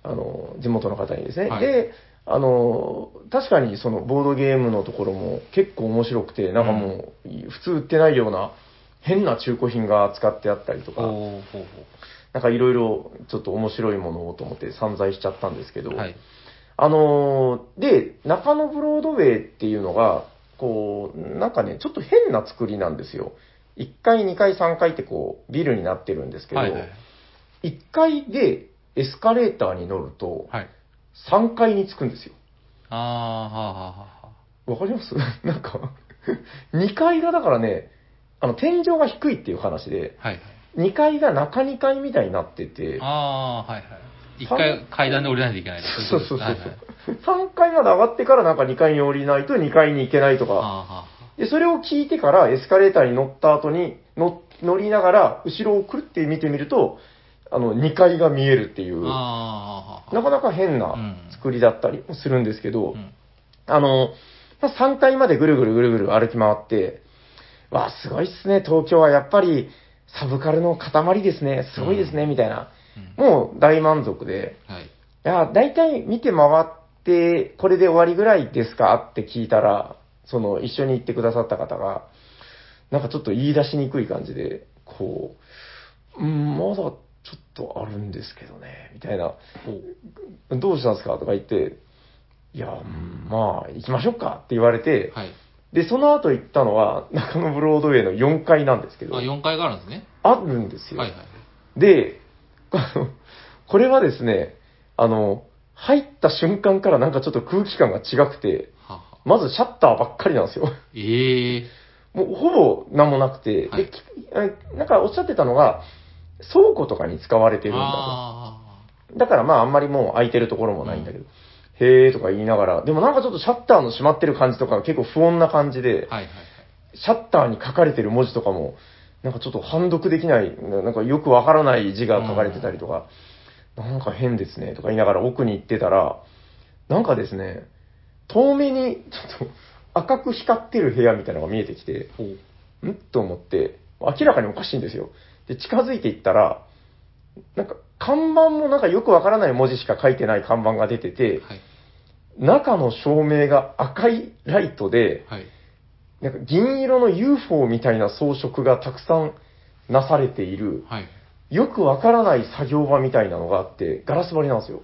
Speaker 2: あの、地元の方にですね。
Speaker 1: はい
Speaker 2: で、あの、確かにそのボードゲームのところも結構面白くて、なんかもう、普通売ってないような変な中古品が扱ってあったりと
Speaker 1: お
Speaker 2: か、
Speaker 1: ー、ほう
Speaker 2: なんかいろいろちょっと面白いものをと思って散財しちゃったんですけど、
Speaker 1: ほう。はい。
Speaker 2: あのーで、中野ブロードウェイっていうのが、こう、なんかね、ちょっと変な作りなんですよ。1階、2階、3階ってこう、ビルになってるんですけど、
Speaker 1: はいはい。
Speaker 2: 1階でエスカレーターに乗ると、
Speaker 1: はい。
Speaker 2: 3階に着くんですよ。
Speaker 1: ああ、はあはあはあ。
Speaker 2: わかります なんか、2階がだからね、あの、天井が低いっていう話で、
Speaker 1: はいはい。
Speaker 2: 2階が中2階みたいになってて、
Speaker 1: ああ、はいはい。一
Speaker 2: さ
Speaker 1: 回
Speaker 2: ん
Speaker 1: 階段で降りないといけないと
Speaker 2: そうそうそう
Speaker 1: はいはい。
Speaker 2: 3階まで上がってからなんか2階に降りないと2階に行けないとか、
Speaker 1: あ
Speaker 2: で、それを聞いてからエスカレーターに乗った後に、乗乗りながら、後ろをくるって見てみると、あの、2階が見えるってい
Speaker 1: ー
Speaker 2: う、な
Speaker 1: はあ。ああ、はあはあ。
Speaker 2: かなか変
Speaker 1: う
Speaker 2: なん作りだったりもするんですけど、
Speaker 1: うん
Speaker 2: あの、まあ、3階までぐるぐるぐるぐる歩き回って、わあ、すごいっすね、東京はやっぱり、サブカルの塊ですね、すごいですね、みたいな。
Speaker 1: うん
Speaker 2: もう大満足で、
Speaker 1: はい。
Speaker 2: いや、大体見て回って、これで終わりぐらいですかって聞いたら、その、一緒に行ってくださった方が、なんかちょっと言い出しにくい感じで、こう、うん、まだちょっとあるんですけどね、みたいな、
Speaker 1: お
Speaker 2: どうしたんですかとか言って、いや、うんまあ、行きましょうかって言われて、
Speaker 1: はい。
Speaker 2: で、その後行ったのは、中野ブロードウェイの4階なんですけど
Speaker 1: あ、、4階があるんですね。
Speaker 2: あるんですよ。
Speaker 1: はいはい。
Speaker 2: で、あのこれはですね、あの、入った瞬間からなんかちょっと空気感が違くて、
Speaker 1: はあはあ。
Speaker 2: まずシャッターばっかりなんですよ。
Speaker 1: ええ
Speaker 2: もうほぼ何もなくて、
Speaker 1: はい
Speaker 2: できえなんかおっしゃってたのが、倉庫とかに使われてるんだ
Speaker 1: あ
Speaker 2: と。だからまああんまりもう空いてるところもないんだけど、へーとか言いながら、でもなんかちょっとシャッターの閉まってる感じとかが結構不穏な感じで
Speaker 1: あ。、はいはいはい。
Speaker 2: シャッターに書かれてる文字とかも、なんかちょっと判読できない、ななんかよくわからない字が書かれてたりとか、なんか変ですね、とか言いながら奥に行ってたら、なんかですね、遠目にちょっと赤く光ってる部屋みたいなのが見えてきて、
Speaker 1: ほう。
Speaker 2: んと思って、明らかにおかしいんですよ。で、近づいていったら、なんか看板もなんかよくわからない文字しか書いてない看板が出てて、
Speaker 1: はい。
Speaker 2: 中の照明が赤いライトで、
Speaker 1: はい。
Speaker 2: なんか銀色の UFO みたいな装飾がたくさんなされている、
Speaker 1: はい。
Speaker 2: よくわからない作業場みたいなのがあって、ガラス張りなんですよ。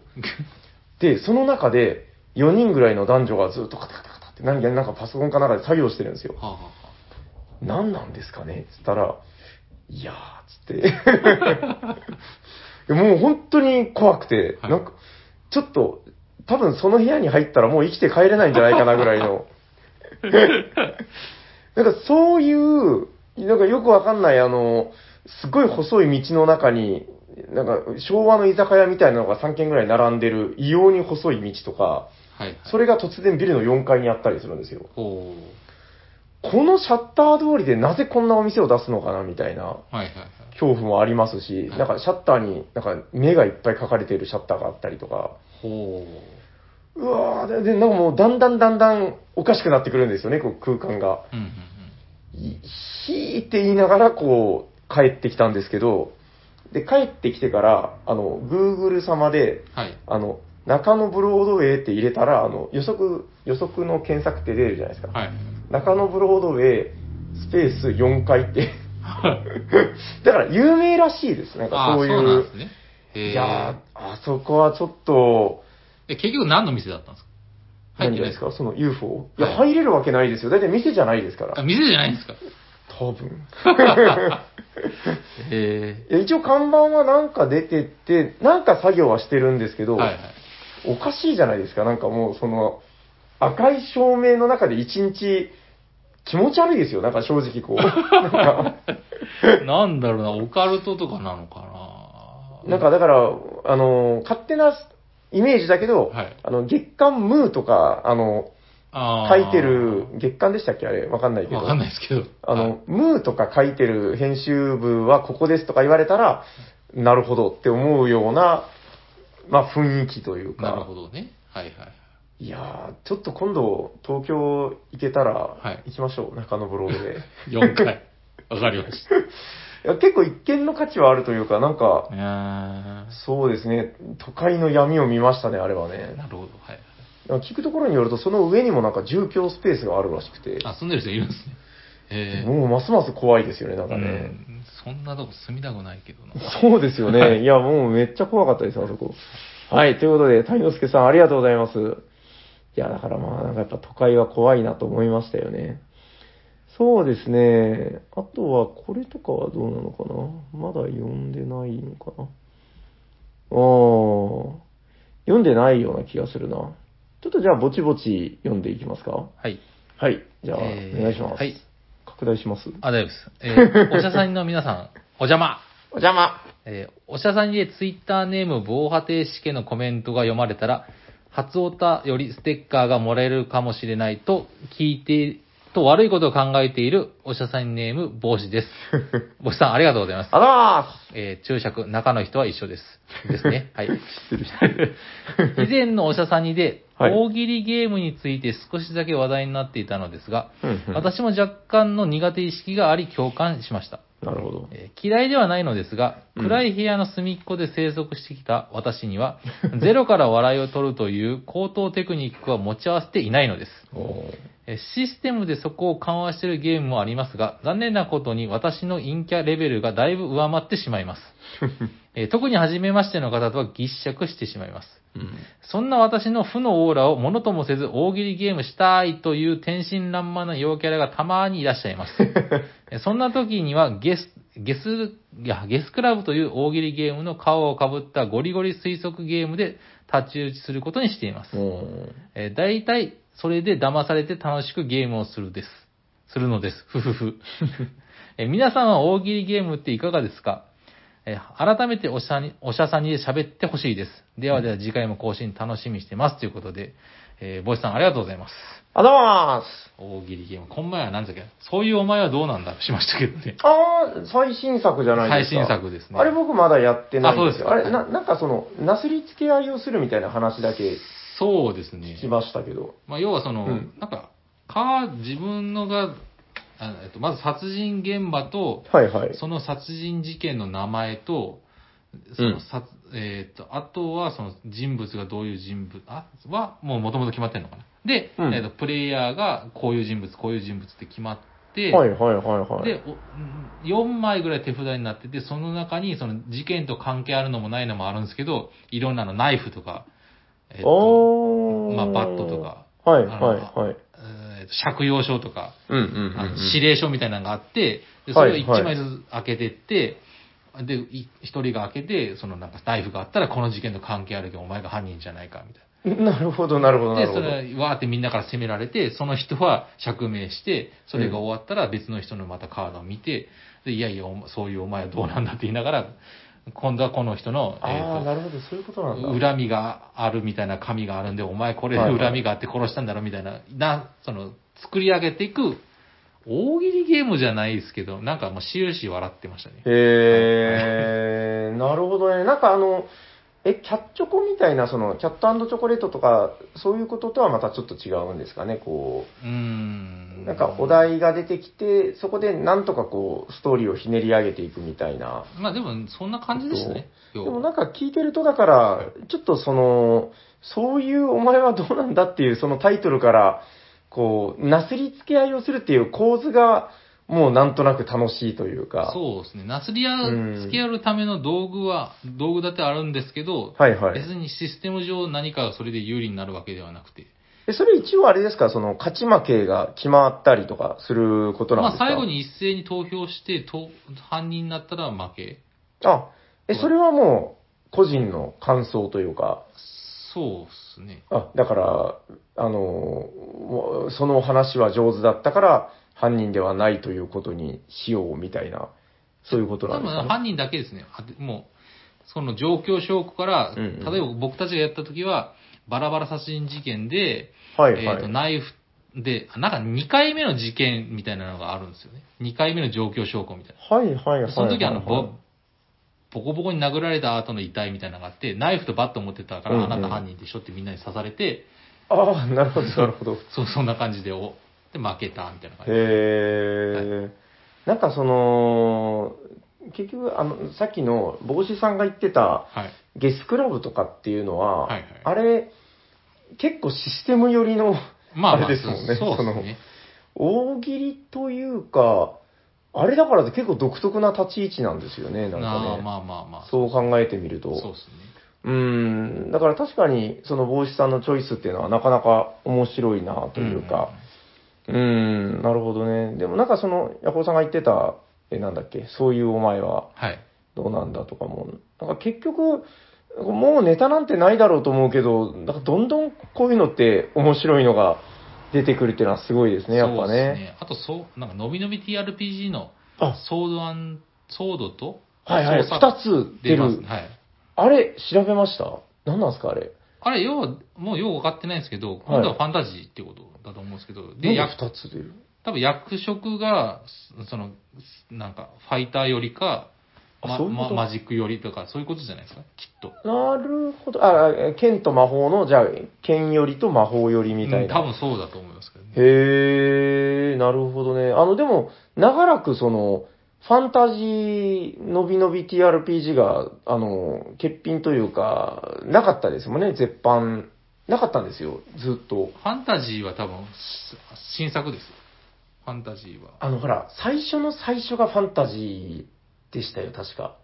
Speaker 2: で、その中で4人ぐらいの男女がずっとカタカタカタって何かなんかパソコンかなんかで作業してるんですよ。
Speaker 1: はあはあは
Speaker 2: 何なんですかねつったら、いやー、つって。 もう本当に怖くて、
Speaker 1: はい
Speaker 2: なんか、ちょっと、多分その部屋に入ったらもう生きて帰れないんじゃないかなぐらいの。 なんかそういう、なんかよくわかんない、あの、すごい細い道の中に、なんか昭和の居酒屋みたいなのが3軒ぐらい並んでる異様に細い道とか、
Speaker 1: あ。はいはい。
Speaker 2: それが突然ビルの4階にあったりするんですよ。
Speaker 1: ほ
Speaker 2: このシャッター通りでなぜこんなお店を出すのかなみたいな。
Speaker 1: う。はいはいはい。
Speaker 2: 恐怖もありますし、なんかシャッターに、なんか目がいっぱい描かれているシャッターがあったりとか、
Speaker 1: ほ
Speaker 2: うわー、で、でなんかもうだんだんだんだんおかしくなってくるんですよね、こう空間が。
Speaker 1: う。うんうん
Speaker 2: いひいて言いながら、こう、帰ってきたんですけど、で、帰ってきてから、あの、Google 様
Speaker 1: う
Speaker 2: で、
Speaker 1: ん。はい。
Speaker 2: あの、中野ブロードウェイって入れたら、あの、予測、予測の検索って出るじゃないですか。
Speaker 1: はい。
Speaker 2: 中野ブロードウェイ、スペース4階 って。だから有名らしいです。なん
Speaker 1: あ
Speaker 2: か
Speaker 1: あ、そ
Speaker 2: そ
Speaker 1: うう
Speaker 2: いう。
Speaker 1: なんですね。へえ
Speaker 2: いやー、あそこはちょっと、
Speaker 1: え、結局何の店だったんですか入って
Speaker 2: 何
Speaker 1: な
Speaker 2: が
Speaker 1: い
Speaker 2: ですかその UFO? い
Speaker 1: はい
Speaker 2: や、入れるわけないですよ。だいたい店じゃないですか
Speaker 1: あ、
Speaker 2: ら。
Speaker 1: 店じゃないんですか
Speaker 2: 多分。
Speaker 1: へ
Speaker 2: いや一応看板はなんか出てて、なんか作業はしてるんですけ
Speaker 1: え。
Speaker 2: ど、
Speaker 1: はいはい。
Speaker 2: おかしいじゃないですか。なんかもう、その、赤い照明の中で一日、気持ち悪いですよ。なんか正 直こう。なんか
Speaker 1: なんだろうな、オカルトとかなのかな
Speaker 2: なんかだから、あの、勝手なイメージだけど、
Speaker 1: はい
Speaker 2: あの、月刊ムーとか、あの、
Speaker 1: あ
Speaker 2: 書
Speaker 1: ー
Speaker 2: いてる、月刊でしたっけあれ、わかんないけど。
Speaker 1: わかんないですけど。
Speaker 2: あ
Speaker 1: はい
Speaker 2: の、ムーとか書いてる編集部はここですとか言われたら、なるほどって思うような、まあ雰囲気というか。
Speaker 1: なるほどね。はいはい。
Speaker 2: いやー、ちょっと今度、東京行けたら
Speaker 1: は、い
Speaker 2: 行きましょう、中野ブロードで。
Speaker 1: 4回。 わかりまし
Speaker 2: いや結構一見の価値はあるというか、なんか
Speaker 1: た。、いや
Speaker 2: そうですね、都会の闇を見ましたね、あれは
Speaker 1: ー
Speaker 2: ね。
Speaker 1: なるほど。はい。
Speaker 2: なんか聞くところによると、その上にもなんか住居スペースがあるらしくて、
Speaker 1: あ、住んでる人いるんですね。え
Speaker 2: もうますます怖いですよね、な
Speaker 1: ー
Speaker 2: んか
Speaker 1: う
Speaker 2: ね。
Speaker 1: んそんなとこ住みたくないけどな。
Speaker 2: そうですよね。いや、もうめっちゃ怖かったです、あそこ。はい、ということで、谷之助さんありがとうございます。いや、だからまあ、なんかやっぱ都会は怖いなと思いましたよね。そうですね。あとは、これとかはどうなのかなまだ読んでないのかなあー読んでないような気がするな。ちょっとじゃあ、ぼちぼち読んでいきますか
Speaker 1: はい。
Speaker 2: はい。じゃあ、
Speaker 1: えー
Speaker 2: お願いします。
Speaker 1: はい。
Speaker 2: 拡大します。
Speaker 1: あ、大丈夫です。えー、おしゃさんの皆さん、お邪魔。
Speaker 2: お邪魔
Speaker 1: えーおしゃさんにツイッターネーム防波堤式のコメントが読まれたら、初オタよりステッカーがもらえるかもしれないと聞いて、と悪いことを考えているおしゃさんネーム帽子 です。帽子さんありがとうございます。
Speaker 2: あらー
Speaker 1: えー注釈、中の人は一緒です。ですね。 はい。
Speaker 2: 失礼してる。
Speaker 1: 以前のおしゃさんにで、
Speaker 2: はい
Speaker 1: 大喜利ゲームについて少しだけ話題になっていたのですが、
Speaker 2: うんうん
Speaker 1: 私も若干の苦手意識があり共感しました。
Speaker 2: なるほど。
Speaker 1: えー嫌いではないのですが、
Speaker 2: うん
Speaker 1: 暗い部屋の隅っこで生息してきた私には、 ゼロから笑いを取るという高等テクニックは持ち合わせていないのです。
Speaker 2: お
Speaker 1: えーシステムでそこを緩和しているゲームもありますが、残念なことに私の陰キャレベルがだいぶ上回ってしまい ます。えー特に初めましての方とはぎっしゃくしてしまいます。そんな私の負のオーラをものともせず大喜利ゲームしたいという天真爛漫な陽キャラがたまにいらっしゃいます。えそんな時にはゲス、ゲス、いや、ゲスクラブという大喜利ゲームの顔をかぶったゴリゴリ推測ゲームで立ち打ちすることにしています。
Speaker 2: うん。
Speaker 1: えー大体、それで騙されて楽しくゲームをするです。するのです。ふふ ふ。えー皆さんは大喜利ゲームっていかがですかえー改めておしゃに、おしゃさんに喋ってほしいです。ではでは次回も更新楽しみにしてます。ということで、えー、ぼしさんありがとうございます。
Speaker 2: あざまーす
Speaker 1: 大喜利ゲーム。こん前は何だっけそういうお前はどうなんだしましたけど ね。
Speaker 2: あー、最新作じゃないで
Speaker 1: 最
Speaker 2: すか。
Speaker 1: 新作ですね。
Speaker 2: あれ僕まだやってないんですよ。
Speaker 1: あ
Speaker 2: あ
Speaker 1: そうです
Speaker 2: れ、な、なんかその、なすりつけ合いをするみたいな話だけ
Speaker 1: そうですね
Speaker 2: 聞。きましたけど。
Speaker 1: まあ、要はその、
Speaker 2: うん
Speaker 1: なんか、か、自分のが、あえっと、まず殺人現場と、
Speaker 2: はいはい。
Speaker 1: その殺人事件の名前と、そうの
Speaker 2: ん
Speaker 1: 殺えー、とあとはその人物がどういう人物あはもう元々決まってるのかな。で、
Speaker 2: うん
Speaker 1: えーと、プレイヤーがこういう人物、こういう人物って決まって、
Speaker 2: はいはいはいはい。
Speaker 1: でお4枚ぐらい手札になってて、その中にその事件と関係あるのもないのもあるんですけど、いろんなのナイフとか、えーと
Speaker 2: おー。
Speaker 1: まあ、バットと。か、
Speaker 2: はい
Speaker 1: あ
Speaker 2: はい
Speaker 1: の
Speaker 2: は
Speaker 1: えー
Speaker 2: い。
Speaker 1: と借用書とか、
Speaker 2: うんうん
Speaker 1: あの指令書みたいなのがあって、でそれを1枚ずつ開けてって、で、い一人が開けて、そのなんかナイフがあったら、この事件と関係あるけど、お前が犯人じゃないか、みたい
Speaker 2: なるほどなるほどな
Speaker 1: な。
Speaker 2: る
Speaker 1: で、そ
Speaker 2: ほど。
Speaker 1: れ、わーってみんなから責められて、その人は釈明して、それが終わったら別の人のまたカードを見て、で、いやいや、おそういうお前はどうなんだって言いながら、今度はこの人の、えー
Speaker 2: あー、
Speaker 1: と
Speaker 2: なるほど、そういうことなんだ。
Speaker 1: 恨みがあるみたいな神があるんで、お前これで
Speaker 2: はいはい
Speaker 1: 恨みがあって殺したんだろみたいな、な、その、作り上げていく大喜利ゲームじゃないですけど、なんかもう終始笑ってましたね。
Speaker 2: へえ、 なるほどね。なんかあの、え、キャッチョコみたいな、その、キャットチョコレートとか、そういうこととはまたちょっと違うんですかね、こ
Speaker 1: うー
Speaker 2: う。
Speaker 1: ん。
Speaker 2: なんかお。題が出てきて、そこでなんとかこう、ストーリーをひねり上げていくみたいな。
Speaker 1: まあでも、そんな感じでしたね。
Speaker 2: で
Speaker 1: 要は
Speaker 2: もなんか聞いてると、だから、ちょっとその、そういうお前はどうなんだっていう、そのタイトルから、こう、なすりつけ合いをするっていう構図が、もうなんとなく楽しいというか。
Speaker 1: そうですね。なすり合
Speaker 2: うん
Speaker 1: う、付き合うための道具は、道具だってあるんですけど、
Speaker 2: はいはい。
Speaker 1: 別にシステム上何かがそれで有利になるわけではなくて。
Speaker 2: え、それ一応あれですか、その勝ち負けが決まったりとかすることなん
Speaker 1: ま
Speaker 2: で
Speaker 1: あ
Speaker 2: すか、
Speaker 1: 最後。に一斉に投票して、と犯人になったら負け。
Speaker 2: あ、え、それはもう個人の感想というか、
Speaker 1: そうですね。
Speaker 2: あ、だから、あの、もうその話は上手だったから、犯人ではないということにしようみたいな、そういうこと
Speaker 1: 多
Speaker 2: なんですか、
Speaker 1: 分
Speaker 2: ね、
Speaker 1: 犯人だけですね。あもう、その状況証拠から、
Speaker 2: うんうん
Speaker 1: 例えば僕たちがやった時は、バラバラ殺人事件で、
Speaker 2: はいは
Speaker 1: えーと、
Speaker 2: い。
Speaker 1: ナイフで、あなんか2回目の事件みたいなのがあるんですよね。2回目の状況証拠みたいな。
Speaker 2: はいはいはい。
Speaker 1: その時あの、
Speaker 2: はいはい
Speaker 1: ぼボコボコに殴られた後の遺体みたいなのがあって、ナイフとバット持ってたか
Speaker 2: うんう
Speaker 1: ら、あ
Speaker 2: ん
Speaker 1: なた犯人でしょってみんなに刺されて、
Speaker 2: ああ、なる ほどなるほど。
Speaker 1: そう、そんな感じで、お、で、負けた、みたいな感じ。
Speaker 2: へえ、なんかその、結局、あの、さっきの帽子さんが言ってた、
Speaker 1: はい。
Speaker 2: ゲスクラブとかっていうのは、
Speaker 1: はいはい
Speaker 2: あれ、結構システム寄りの
Speaker 1: まあ、ま
Speaker 2: あれですもんね
Speaker 1: そうで
Speaker 2: その
Speaker 1: すね。
Speaker 2: 大喜利というか、あれだから結構独特な立ち位置なんですよね、な
Speaker 1: ま
Speaker 2: んか
Speaker 1: あ
Speaker 2: ね。
Speaker 1: まあまあまあ。
Speaker 2: そう考えてみる
Speaker 1: そうで
Speaker 2: と。
Speaker 1: すね。
Speaker 2: うーん、だから確かにその帽子さんのチョイスっていうのはなかなか面白いなというか。うーん、なるほどね。でもなんかその、ヤコウさんが言ってた、え、なんだっけ、そういうお前は
Speaker 1: うん。はい。
Speaker 2: どうなんだとかも、なんか結局、もうネタなんてないだろうと思うけど、なんかどんどんこういうのって面白いのが出てくるっていうのはすごいですね、やっぱ
Speaker 1: そうです
Speaker 2: ね。
Speaker 1: あと、そう、なんか、のびのび TRPG の
Speaker 2: あ、
Speaker 1: ソードアン、ソードと、
Speaker 2: はいはい、
Speaker 1: 操
Speaker 2: 二
Speaker 1: 作
Speaker 2: つ出
Speaker 1: 出ます、
Speaker 2: る。
Speaker 1: ね。はい。
Speaker 2: あれ、調べました何なんですか、あれ。
Speaker 1: あれ、要は、もうよく分かってないんですけど、今度はファンタジーっていうことだと思うんですけど、で、
Speaker 2: な
Speaker 1: や
Speaker 2: んで二つ出る
Speaker 1: 多分役職が、そその、なんか、ファイターよりか、
Speaker 2: あ
Speaker 1: ま
Speaker 2: そういうこ
Speaker 1: ま
Speaker 2: と
Speaker 1: マジックよりとか、そういうことじゃないですか、きっと。
Speaker 2: なるほど。あ、あ剣と魔法の、じゃあ、剣よりと魔法よりみたいな。
Speaker 1: うん多分そうだと思いますけどね。
Speaker 2: へー、なるほどね。あの、でも、長らくその、ファンタジーのびのび TRPG が、あの、欠品というか、なかったですもんね、絶版。なかったんですよ、ずっと。
Speaker 1: ファンタジーは多分、し新作ですよ。ファンタジーは。
Speaker 2: あの、ほら、最初の最初がファンタジーでしたよ、確か。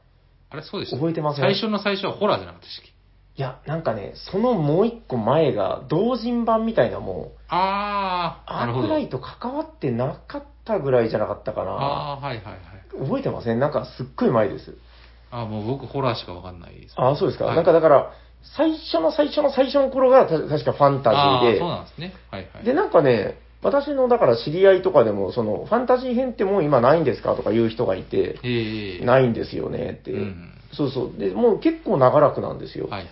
Speaker 1: あれ、そうでした。
Speaker 2: 覚えてません
Speaker 1: 最初の最初はホラーじゃなかったでしたっけ
Speaker 2: いや、なんかね、そのもう一個前が、同人版みたいなもう、
Speaker 1: あー、な
Speaker 2: ア
Speaker 1: る
Speaker 2: ー
Speaker 1: ほ
Speaker 2: ク
Speaker 1: ど
Speaker 2: ラ。イと関わってなかったぐらいじゃなかったかな。
Speaker 1: あー、はいはいはい。
Speaker 2: 覚えてませんなんかすっごい前です。
Speaker 1: あー、もう僕ホラーしかわかんないです。
Speaker 2: ああ、そうですか。
Speaker 1: はい
Speaker 2: なんかだから、最初の最初の最初の頃がた確かファンタジ
Speaker 1: あー、そう
Speaker 2: ー
Speaker 1: なんですね。はいはい。
Speaker 2: で、で、なんかね、私のだから知り合いとかでも、その、ファンタジー編ってもう今ないんですかとか言う人がいて、
Speaker 1: ええ
Speaker 2: ないんですよねって。
Speaker 1: うん
Speaker 2: そうそう。で、もう結構長らくなんですよ。
Speaker 1: はいはい。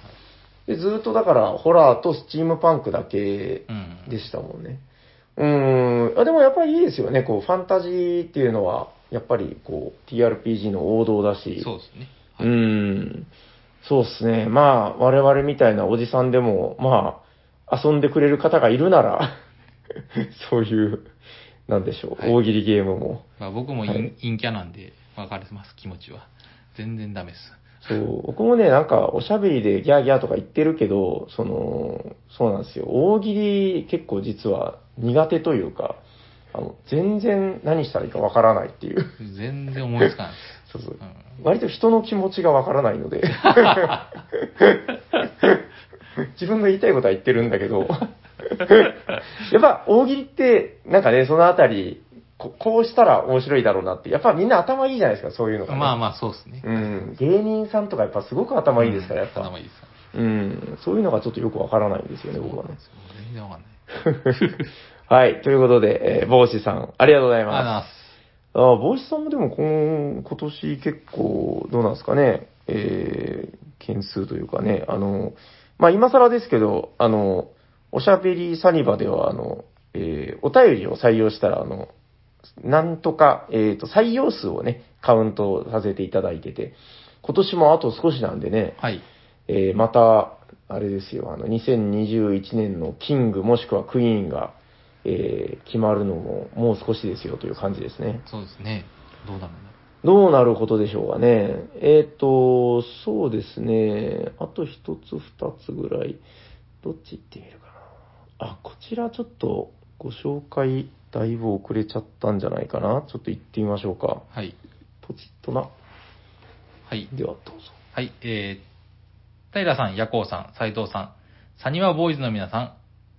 Speaker 2: でずーっとだから、ホラーとスチームパンクだけ
Speaker 1: うん。
Speaker 2: でしたもんね。うーん。あでもやっぱりいいですよね。こう、ファンタジーっていうのは、やっぱりこう、TRPG の王道だし。
Speaker 1: そうですね。
Speaker 2: うーん。そうですね。まあ、我々みたいなおじさんでも、まあ、遊んでくれる方がいるなら、 そういう、なんでしょう、
Speaker 1: はい
Speaker 2: 大喜利ゲームも。
Speaker 1: まあ、僕も陰,、
Speaker 2: はい
Speaker 1: 陰キャなんで、分かれてます、気持ちは。全然ダメです。
Speaker 2: そう、僕もね、なんか、おしゃべりでギャーギャーとか言ってるけど、その、そうなんですよ。大喜利結構実は苦手というか、あの、全然何したらいいかわからないっていう。
Speaker 1: 全然思いつかないで
Speaker 2: そうそう
Speaker 1: す。うん
Speaker 2: 割と人の気持ちがわからな いので。自分の言いたいことは言ってるんだけど。やっぱ大喜利って、なんかね、そのあたりこ、こうしたら面白いだろうなって。やっぱみんな頭いいじゃないですか、そういうのがね、
Speaker 1: まあまあ、そうですね。
Speaker 2: うん。芸人さんとかやっぱすごく頭いいですから、やっぱ。
Speaker 1: 頭いいですか
Speaker 2: うん。そういうのがちょっとよくわからないんですよね、
Speaker 1: ら。
Speaker 2: 僕は
Speaker 1: そうなんで。すよ全
Speaker 2: ね
Speaker 1: 然わかんない。
Speaker 2: はい。ということで、えー帽子さん、ありがとうござい
Speaker 1: ありがとうござい
Speaker 2: ます。
Speaker 1: ます。
Speaker 2: ああ、帽子さんもでも今、今年結構、どうなんですかね、えー、件数というかね、あの、まあ、今更ですけど、あの、おしゃべりサニバでは、あの、えー、お便りを採用したら、あの、なんとか、えっ、と、採用数をね、カウントさせていただいてて、今年もあと少しなんでね、
Speaker 1: はい。
Speaker 2: えーまた、あれですよ、あの、2021年のキングもしくはクイーンが、えー決まるのももう少しですよという感じですね。
Speaker 1: そうですね。どうなるんだろ
Speaker 2: どうなることでしょうかね。えっ、と、そうですね。あと一つ二つぐらい。どっち行ってみるかな。あ、こちらちょっとご紹介だいぶ遅れちゃったんじゃないかな。ちょっと行ってみましょうか。
Speaker 1: う。はい。
Speaker 2: ポチッとな。
Speaker 1: はい。
Speaker 2: ではどうぞ。
Speaker 1: はい。えー、平さん、ヤコウさん、斉藤さん、サニワボーイズの皆さん、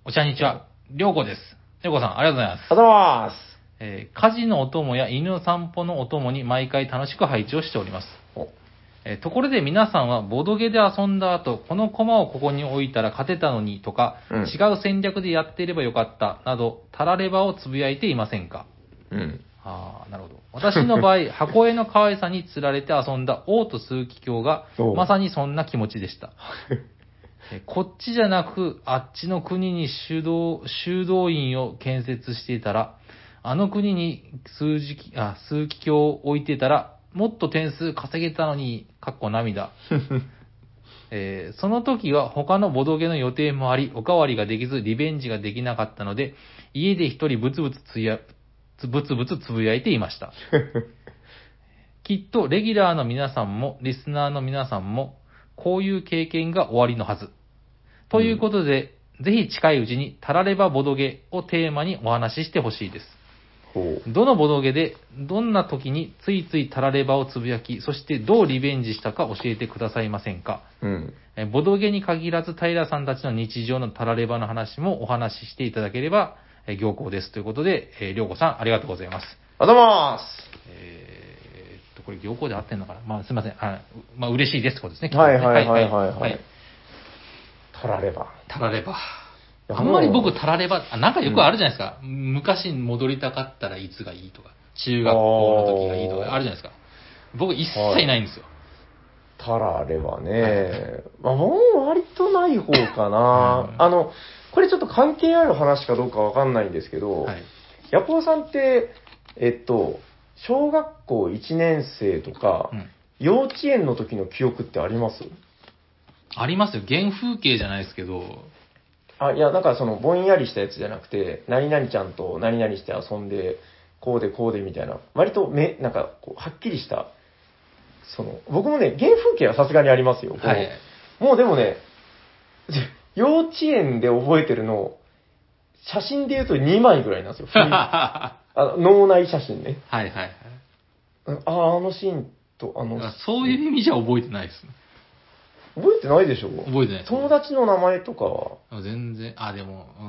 Speaker 1: お茶にちは、りょうこです。りょうこさん、ありがとうございます。
Speaker 2: あざまーす
Speaker 1: えー家事のお供や犬の散歩のお供に毎回楽しく配置をしております。
Speaker 2: お
Speaker 1: えーところで皆さんはボドゲで遊んだ後、この駒をここに置いたら勝てたのにとか、
Speaker 2: うん
Speaker 1: 違う戦略でやっていればよかったなど、たらればをつぶやいていませんか
Speaker 2: うん。
Speaker 1: ああ、なるほど。私の場合、箱絵の可愛さに釣られて遊んだ王と鈴木卿が
Speaker 2: おう、
Speaker 1: まさにそんな気持ちでした。えこっちじゃなく、あっちの国に修道、修道院を建設していたら、あの国に数字、あ、数奇卿を置いてたら、もっと点数稼げたのに、かっこ涙。えーその時は他のボドゲの予定もあり、おかわりができず、リベンジができなかったので、家で一人ブツブツつや、つぶつぶつつぶやいていました。きっと、レギュラーの皆さんも、リスナーの皆さんも、こういう経験が終わりのはず。ということで、ぜひ近いうちに、たらればボドゲをテーマにお話ししてほしいです。
Speaker 2: ほ
Speaker 1: どのボドゲで、どんな時についついたらればをつぶやき、そしてどうリベンジしたか教えてくださいませんか。
Speaker 2: う。うん。
Speaker 1: えーボドゲに限らず、平さんたちの日常のたらればの話もお話ししていただければ、えー行幸です。ということで、えー、りょうこさん、ありがとうございます。
Speaker 2: あざま
Speaker 1: えーっと、これ行幸で合ってんのかなまあ、すいません。あまあ、嬉しいですってことですね。
Speaker 2: ーす。はいはいはいはいは。
Speaker 1: はい
Speaker 2: たられば。
Speaker 1: たられば。
Speaker 2: いや
Speaker 1: あんまり
Speaker 2: もう
Speaker 1: 僕、たられば、あなんかよくあるじゃないですか。昔に戻りたかったらいつがいいとか、中学校の時がいいとか、あるじゃないですか。僕、一切ないんですよ。
Speaker 2: たらあればね、まあ、もう割とない方かな、
Speaker 1: うん
Speaker 2: あの、これちょっと関係ある話かどうかわかんないんですけど、
Speaker 1: はい。
Speaker 2: ヤポーさんって、えっと、小学校1年生とか、
Speaker 1: うん
Speaker 2: 幼稚園の時の記憶ってあります
Speaker 1: ありますよ。原風景じゃないですけど、
Speaker 2: あ、いや、なんかその、ぼんやりしたやつじゃなくて、何々ちゃんと何々して遊んで、こうでこうでみたいな、割とめ、なんかこう、はっきりした、その、僕もね、原風景はさすがにありますよ。こう
Speaker 1: はい。
Speaker 2: もうでもね、幼稚園で覚えてるの、写真で言うと2枚ぐらいなんですよ。 ふんあ
Speaker 1: は
Speaker 2: の脳内写真ね。
Speaker 1: いはいはい。
Speaker 2: うんああ、あのシーンと、あの、
Speaker 1: だから
Speaker 2: 覚
Speaker 1: そういう意味じゃ覚えてないです。
Speaker 2: えてないでしょ
Speaker 1: 覚えてないです。
Speaker 2: 友達の名前とかは、
Speaker 1: 全然、あ、でも、うー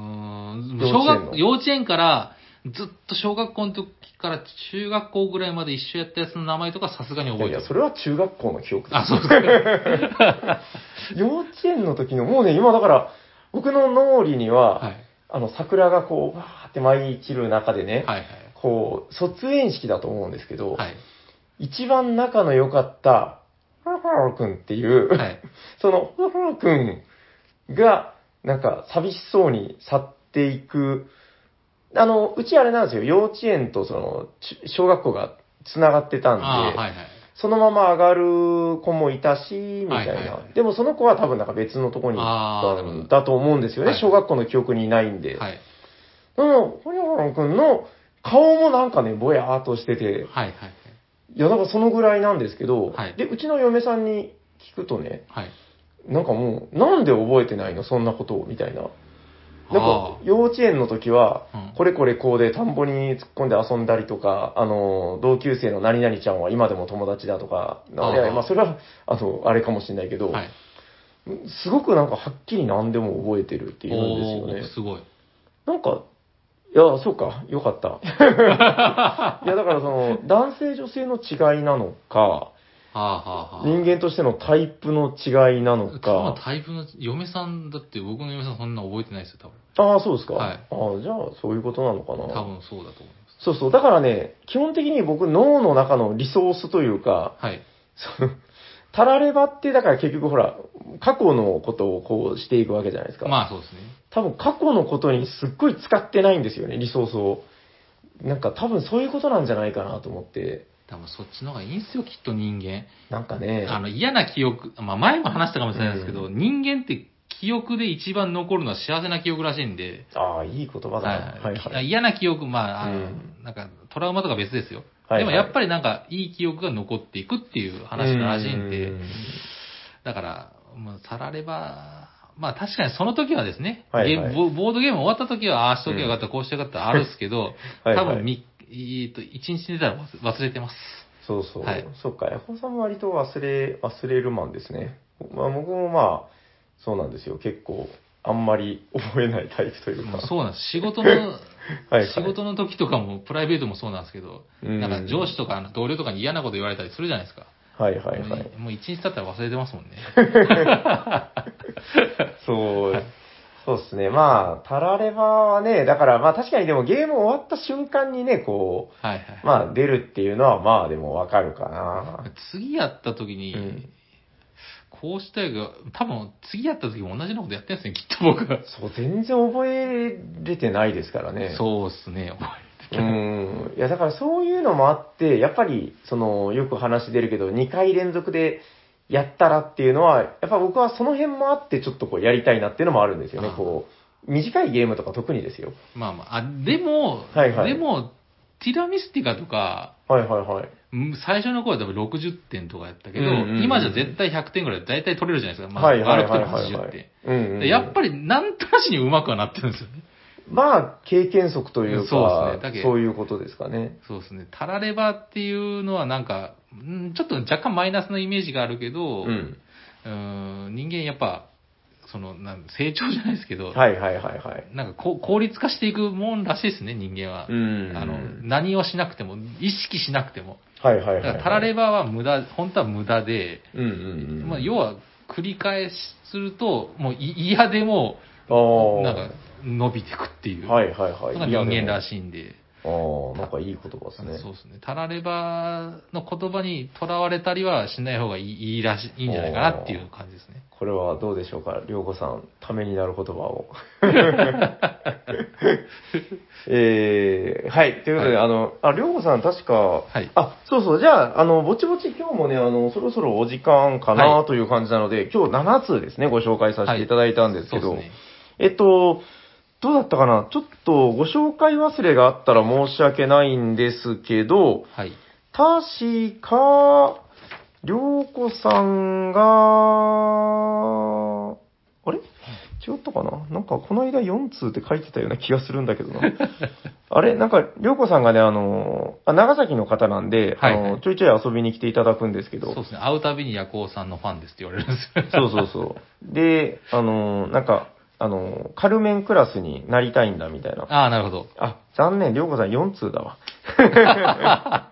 Speaker 1: ん、
Speaker 2: 幼
Speaker 1: 小
Speaker 2: 稚園の
Speaker 1: 学、幼稚園から、ずっと小学校の時から中学校ぐらいまで一緒やったやつの名前とかさすがに
Speaker 2: い
Speaker 1: 覚
Speaker 2: や
Speaker 1: え
Speaker 2: い
Speaker 1: て
Speaker 2: や、
Speaker 1: る。
Speaker 2: それは中学校の記憶です
Speaker 1: あ、そうですか。
Speaker 2: 幼稚園の時の、もうね、今だから、僕の脳裏には、
Speaker 1: はい。
Speaker 2: あの、桜がこう、わーって舞い散る中でね、
Speaker 1: はいはい。
Speaker 2: こう、卒園式だと思うんですけど、
Speaker 1: はい。
Speaker 2: 一番仲の良かった、ハロハロ君っていう、
Speaker 1: はい。
Speaker 2: その、ふふくんが、なんか、寂しそうに去っていく。あの、うちあれなんですよ、幼稚園とその、ち小学校が繋がってたんで、
Speaker 1: あーはいはい。
Speaker 2: そのまま上がる子もいたし、みたいな。
Speaker 1: はいはいはい
Speaker 2: でもその子は多分なんか別のとこに行
Speaker 1: あー
Speaker 2: った
Speaker 1: なるほ
Speaker 2: ん
Speaker 1: ど
Speaker 2: だと思うんですよね、
Speaker 1: はい
Speaker 2: 小学校の記憶にいないんで。
Speaker 1: はい。
Speaker 2: でも、ほにゃほにゃくんの顔もなんかね、ぼやーっとしてて、
Speaker 1: はいはい。
Speaker 2: いや、なんかそのぐらいなんですけど、
Speaker 1: はい
Speaker 2: で、うちの嫁さんに聞くとね、
Speaker 1: はい。
Speaker 2: なんかもう、なんで覚えてないのそんなことを、みたいな。なん
Speaker 1: あ
Speaker 2: か、幼稚園の時は
Speaker 1: うん、
Speaker 2: これこれこうで田んぼに突っ込んで遊んだりとか、あの、同級生の何々ちゃんは今でも友達だとか、い
Speaker 1: あー
Speaker 2: やいや、まあそれは、あの、あれかもしれないけど、
Speaker 1: はい。
Speaker 2: すごくなんかはっきり何でも覚えてるっていうん
Speaker 1: お
Speaker 2: で
Speaker 1: ー、
Speaker 2: すよね。
Speaker 1: すごい。
Speaker 2: なんか、いや、そうか、よ かった。いや、だからその、男性女性の違いなのか、
Speaker 1: はあはあはあ。
Speaker 2: 人間としてのタイプの違いなの
Speaker 1: 妻
Speaker 2: か
Speaker 1: は、タイプの、嫁さんだって僕の嫁さんそんな覚えてないですよ、多分。
Speaker 2: ああ、そうですか。
Speaker 1: はい
Speaker 2: ああ、じゃあ、そういうことなのかな。
Speaker 1: 多分そうだと思います。
Speaker 2: そうそう。だからね、基本的に僕、脳の中のリソースというか、
Speaker 1: はい。
Speaker 2: その、たらればって、だから結局ほら、過去のことをこうしていくわけじゃないですか。
Speaker 1: まあそうですね。
Speaker 2: 多分過去のことにすっごい使ってないんですよね、リソースを。なんか多分そういうことなんじゃないかなと思って、
Speaker 1: 多分そっちの方がいいんすよ、きっと人間。
Speaker 2: なんかね、
Speaker 1: あの、嫌な記憶、まあ前も話したかもしれないですけど、人間って記憶で一番残るのは幸せな記憶らしいんで、
Speaker 2: ああ、いい言葉だな。はいはい。
Speaker 1: 嫌な記憶、まあ、あの
Speaker 2: うん
Speaker 1: なんかトラウマとか別ですよ。
Speaker 2: はいはい
Speaker 1: でもやっぱりなんかいい記憶が残っていくっていう話らしいんで、
Speaker 2: う
Speaker 1: だから、もう、さられば、まあ確かにその時はですね、
Speaker 2: はいはい
Speaker 1: ゲームボボードゲーム終わった時は、ああしとけばよかった、こうしてよかった、あるっすけど、
Speaker 2: はい
Speaker 1: 多分み、えっと、一日寝たら忘忘れてます。
Speaker 2: そうそう。
Speaker 1: はい
Speaker 2: そっか、ヤホーさんも割と忘れ、忘れるマンですね。まあ僕もまあ、そうなんですよ。結構、あんまり覚えないタイプというか。
Speaker 1: もうそうなんです。仕事の、
Speaker 2: はいはい
Speaker 1: 仕事の時とかも、プライベートもそうなんですけど、
Speaker 2: うん
Speaker 1: なんか上司とかあの同僚とかに嫌なこと言われたりするじゃないですか。
Speaker 2: はいはいはい。
Speaker 1: もう一日経ったら忘れてます もんね。
Speaker 2: そう。そうですね。まあ、タラレバはね、だからまあ確かにでもゲーム終わった瞬間にね、こ、
Speaker 1: はいうはい。
Speaker 2: まあ出るっていうのはまあでもわかるかな。
Speaker 1: 次やった時に、
Speaker 2: うん
Speaker 1: こうしたいが、多分次やった時も同じようなことやってるんですね、きっと僕は。
Speaker 2: そう、全然覚えれてないですからね。
Speaker 1: そうですね、覚えて
Speaker 2: う
Speaker 1: る
Speaker 2: ん。いや、だからそういうのもあって、やっぱり、その、よく話出るけど、2回連続でやったらっていうのは、やっぱ僕はその辺もあって、ちょっとこう、やりたいなっていうのもあるんですよね
Speaker 1: あ。あ
Speaker 2: こう、短いゲームとか特にですよ。
Speaker 1: まあまあ、あでも、
Speaker 2: はいはい
Speaker 1: でも、ティラミスティカとか、
Speaker 2: はいはいはい。
Speaker 1: うん最初の頃は多分60点とかやったけど、
Speaker 2: うんうんうん
Speaker 1: 今じゃ絶対100点ぐらい大体取れるじゃないですか。まあ、
Speaker 2: はいはいはい
Speaker 1: 悪
Speaker 2: はい
Speaker 1: くても80
Speaker 2: はい。
Speaker 1: 点。
Speaker 2: うんうんうん
Speaker 1: でやっぱり、なんとなしにうまくはなってるんですよね。
Speaker 2: まあ、経験則という
Speaker 1: そうです
Speaker 2: か
Speaker 1: ねだけ、
Speaker 2: そういうことですかね。
Speaker 1: そうですね。タラレバっていうのはなんか、うんちょっと若干マイナスのイメージがあるけど、
Speaker 2: うん。
Speaker 1: うん人間やっぱ、その、なん成長じゃないですけど、
Speaker 2: はいはいはいはい。
Speaker 1: なんかこう効率化していくもんらしいですね、人間は。
Speaker 2: うん。
Speaker 1: あの、何をしなくても、意識しなくても。
Speaker 2: はいはい
Speaker 1: だ
Speaker 2: は
Speaker 1: か
Speaker 2: いは
Speaker 1: ら
Speaker 2: い。
Speaker 1: タラレバは無駄、本当は無駄で、
Speaker 2: うんうんうん。
Speaker 1: まあ、要は繰り返しすると、もうい嫌でも、
Speaker 2: ああ。
Speaker 1: なんか伸びてくっていう。
Speaker 2: はいはいはい。
Speaker 1: のが人間ら
Speaker 2: い
Speaker 1: しいんで。
Speaker 2: や。でもああ、なんかいい言葉ですね。
Speaker 1: そうですね。タラレバの言葉にとらわれたりはしない方がいいいいらしい、いいんじゃないかなっていう感じですね。
Speaker 2: これはどうでしょうか、りょうこさん、ためになる言葉 を。えー、はい、ということで、
Speaker 1: は
Speaker 2: あの、あ、りょうこさん、確か、
Speaker 1: はい
Speaker 2: あ、そうそう、じゃあ、あの、ぼちぼち今日もね、あの、そろそろお時間か
Speaker 1: は
Speaker 2: なという感じなので、今日7通ですね、ご紹介させていただいたんです
Speaker 1: そ
Speaker 2: け
Speaker 1: うで
Speaker 2: ど、
Speaker 1: すね。
Speaker 2: えっと、どうだったかなちょっとご紹介忘れがあったら申し訳ないんですけど、
Speaker 1: はい。
Speaker 2: 確か、りょうこさんが、あれ違ったかななんかこの間4通って書いてたような気がするんだけどな。 あれなんか、りょうこさんがね、あの、あ長崎の方なんで、
Speaker 1: はい
Speaker 2: あの、ちょいちょい遊びに来ていただくんですけど、
Speaker 1: そうですね。会うたびに夜行さんのファンですって言われるんですよ。
Speaker 2: そうそうそう。 で、あの、なんか、あの、カルメンクラスになりたいんだみたいな。
Speaker 1: ああ、なるほど。
Speaker 2: あ、残念、りょうこさん4通だわ。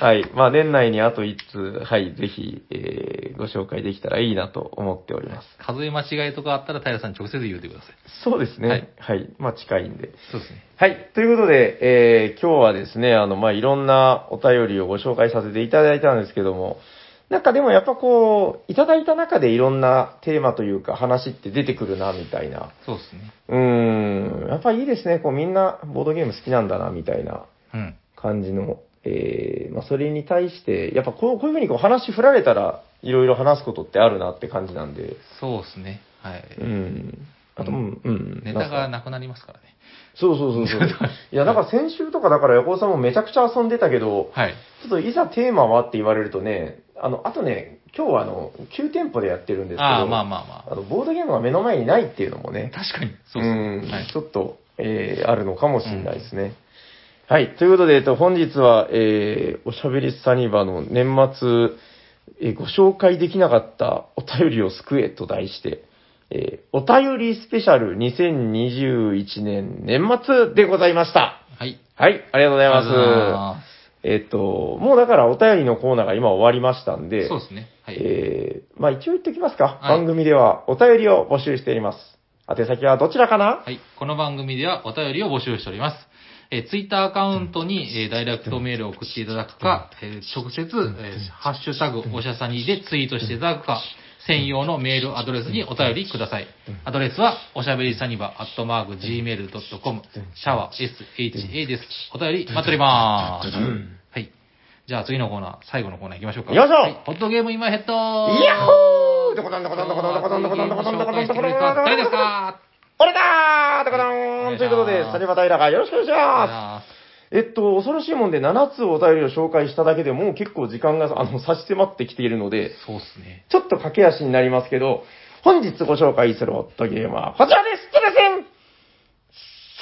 Speaker 2: はい。まあ、年内にあと1通、はい、ぜひ、えー、ご紹介できたらいいなと思っております。
Speaker 1: 数え間違いとかあったら平さんに直接言うてください。
Speaker 2: そうですね。は
Speaker 1: はいい。
Speaker 2: まあ、近いんで。
Speaker 1: そうですね。
Speaker 2: はい。ということで、えー、今日はですね、あの、まあ、いろんなお便りをご紹介させていただいたんですけども、なんかでもやっぱこう、いただいた中でいろんなテーマというか話って出てくるな、みたいな。
Speaker 1: そうですね。
Speaker 2: うーん。やっぱいいですね。こう、みんなボードゲーム好きなんだな、みたいな。
Speaker 1: うん。
Speaker 2: 感じの、えーまあ、それに対して、やっぱこうこういうふうにこう話振られたら、いろいろ話すことってあるなって感じなんで、
Speaker 1: そうですね。はい。
Speaker 2: うん。あと、うん、うん。
Speaker 1: ネタ
Speaker 2: な
Speaker 1: が
Speaker 2: んか
Speaker 1: なくなりますからね。
Speaker 2: そうそうそうそう。 いや、だから先週とかだから横尾さんもめちゃくちゃ遊んでたけど、
Speaker 1: はい。
Speaker 2: ちょっといざテーマはって言われるとね、あの、あとね、今日はあの、9店舗でやってるんですけど、
Speaker 1: ああ、まあまあまあ。
Speaker 2: あのボードゲームが目の前にないっていうのもね、
Speaker 1: 確かに。
Speaker 2: う
Speaker 1: そうです
Speaker 2: ん
Speaker 1: ね。はい。
Speaker 2: ちょっと、えーあるのかもしれないですね。はい。ということで、えっと、本日は、えーおしゃべりサニバの年末、えーご紹介できなかったお便りを救えと題して、えーお便りスペシャル2021年年末でございました。
Speaker 1: はい。
Speaker 2: はい。ありがとうござい
Speaker 1: ありがとうござい
Speaker 2: ま。
Speaker 1: ます
Speaker 2: えっと、もうだからお便りのコーナーが今終わりましたんで、
Speaker 1: すそうですね。はい。
Speaker 2: えーまあ一応言っときますか。
Speaker 1: はい
Speaker 2: 番組ではお便りを募集しております。宛先はどちらかな
Speaker 1: はい。この番組ではお便りを募集しております。えツイッター Twitter アカウントに、えーダイレクトメールを送っていただくか、えー直接、えーハッシュタグおしゃさにでツイートしていただくか、専用のメールアドレスにお便りください。アドレスは、おしゃべりサニバアットマーク gmail.com、シャワー SHA です。お便り待っております。はい。じゃあ次のコーナー、最後のコーナー行きましょうか。
Speaker 2: よいしょ
Speaker 1: はい、ホットゲーム今ヘッド
Speaker 2: イヤッ
Speaker 1: ー
Speaker 2: ホーどこなんだこなんだこなんだこなんだこなんだこなんだこなんだこなんだこなんだ
Speaker 1: 誰ですか
Speaker 2: 俺だーどこなんということで、サニバタイラがよろしくお願いしますえっと、恐ろしいもんで7つお便りを紹介しただけでもう結構時間があの差し迫ってきているので、
Speaker 1: そうっすね。
Speaker 2: ちょっと駆け足になりますけど、本日ご紹介するホットゲームはこちらですテレセン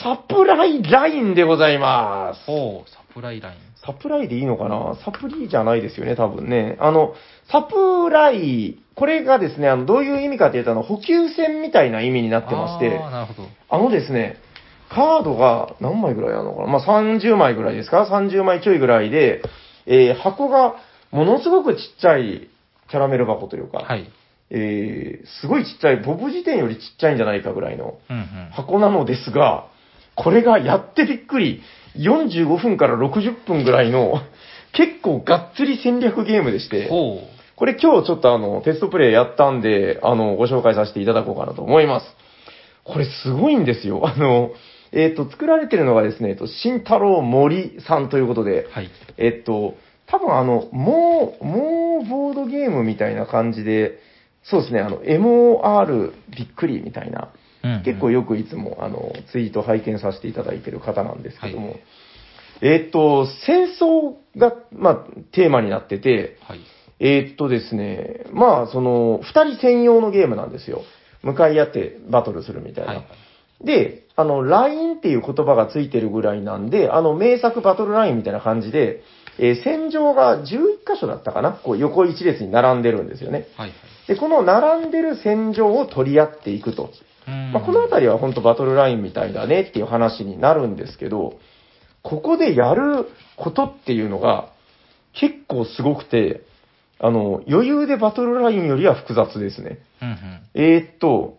Speaker 2: サプライラインでございます。
Speaker 1: ほう、サプライライン。
Speaker 2: サプライでいいのかなサプリじゃないですよね、多分ね。あの、サプライ、これがですね、あの、どういう意味かというと、あの、補給船みたいな意味になってまして
Speaker 1: あ、ーなるほど。
Speaker 2: あのですね、カードが何枚ぐらいあるのかなまあ、30枚ぐらいですか ?30 枚ちょいぐらいで、えー箱がものすごくちっちゃいキャラメル箱というか、
Speaker 1: はい。
Speaker 2: えーすごいちっちゃい、ボブ辞典よりちっちゃいんじゃないかぐらいの
Speaker 1: うんうん。
Speaker 2: 箱なのですが、これがやってびっくり、45分から60分ぐらいの、結構がっつり戦略ゲームでして、
Speaker 1: ほ
Speaker 2: これ今日ちょっとあの、テストプレイやったんで、あの、ご紹介させていただこうかなと思います。これすごいんですよ。あの、えっ、と、作られてるのがですね、えっと、慎太郎森さんということで
Speaker 1: う。、はい。
Speaker 2: えっと、多分あの、もう、もうボードゲームみたいな感じで、そうですね、あの、MOR びっくりみたいな、
Speaker 1: うんうん
Speaker 2: 結構よくいつもあの、ツイート拝見させていただいてる方なんですけども、えっと、戦争が、まあ、テーマになってて、
Speaker 1: はい。
Speaker 2: えーっとですね、まあ、その、二人専用のゲームなんですよ。向かい合ってバトルするみたいな。
Speaker 1: はい。
Speaker 2: で、あの、LINE っていう言葉がついてるぐらいなんで、あの、名作バトルラインみたいな感じで、えー戦場が11箇所だったかなこう、横一列に並んでるんですよね。
Speaker 1: はい。
Speaker 2: で、この並んでる戦場を取り合っていくと。
Speaker 1: ま
Speaker 2: まあ、この
Speaker 1: り
Speaker 2: 辺りは本当バトルラインみたいだねっていう話になるんですけど、ここでやることっていうのが結構すごくて、あの、余裕でバトルラインよりは複雑ですね。
Speaker 1: うんうん。
Speaker 2: えーっと、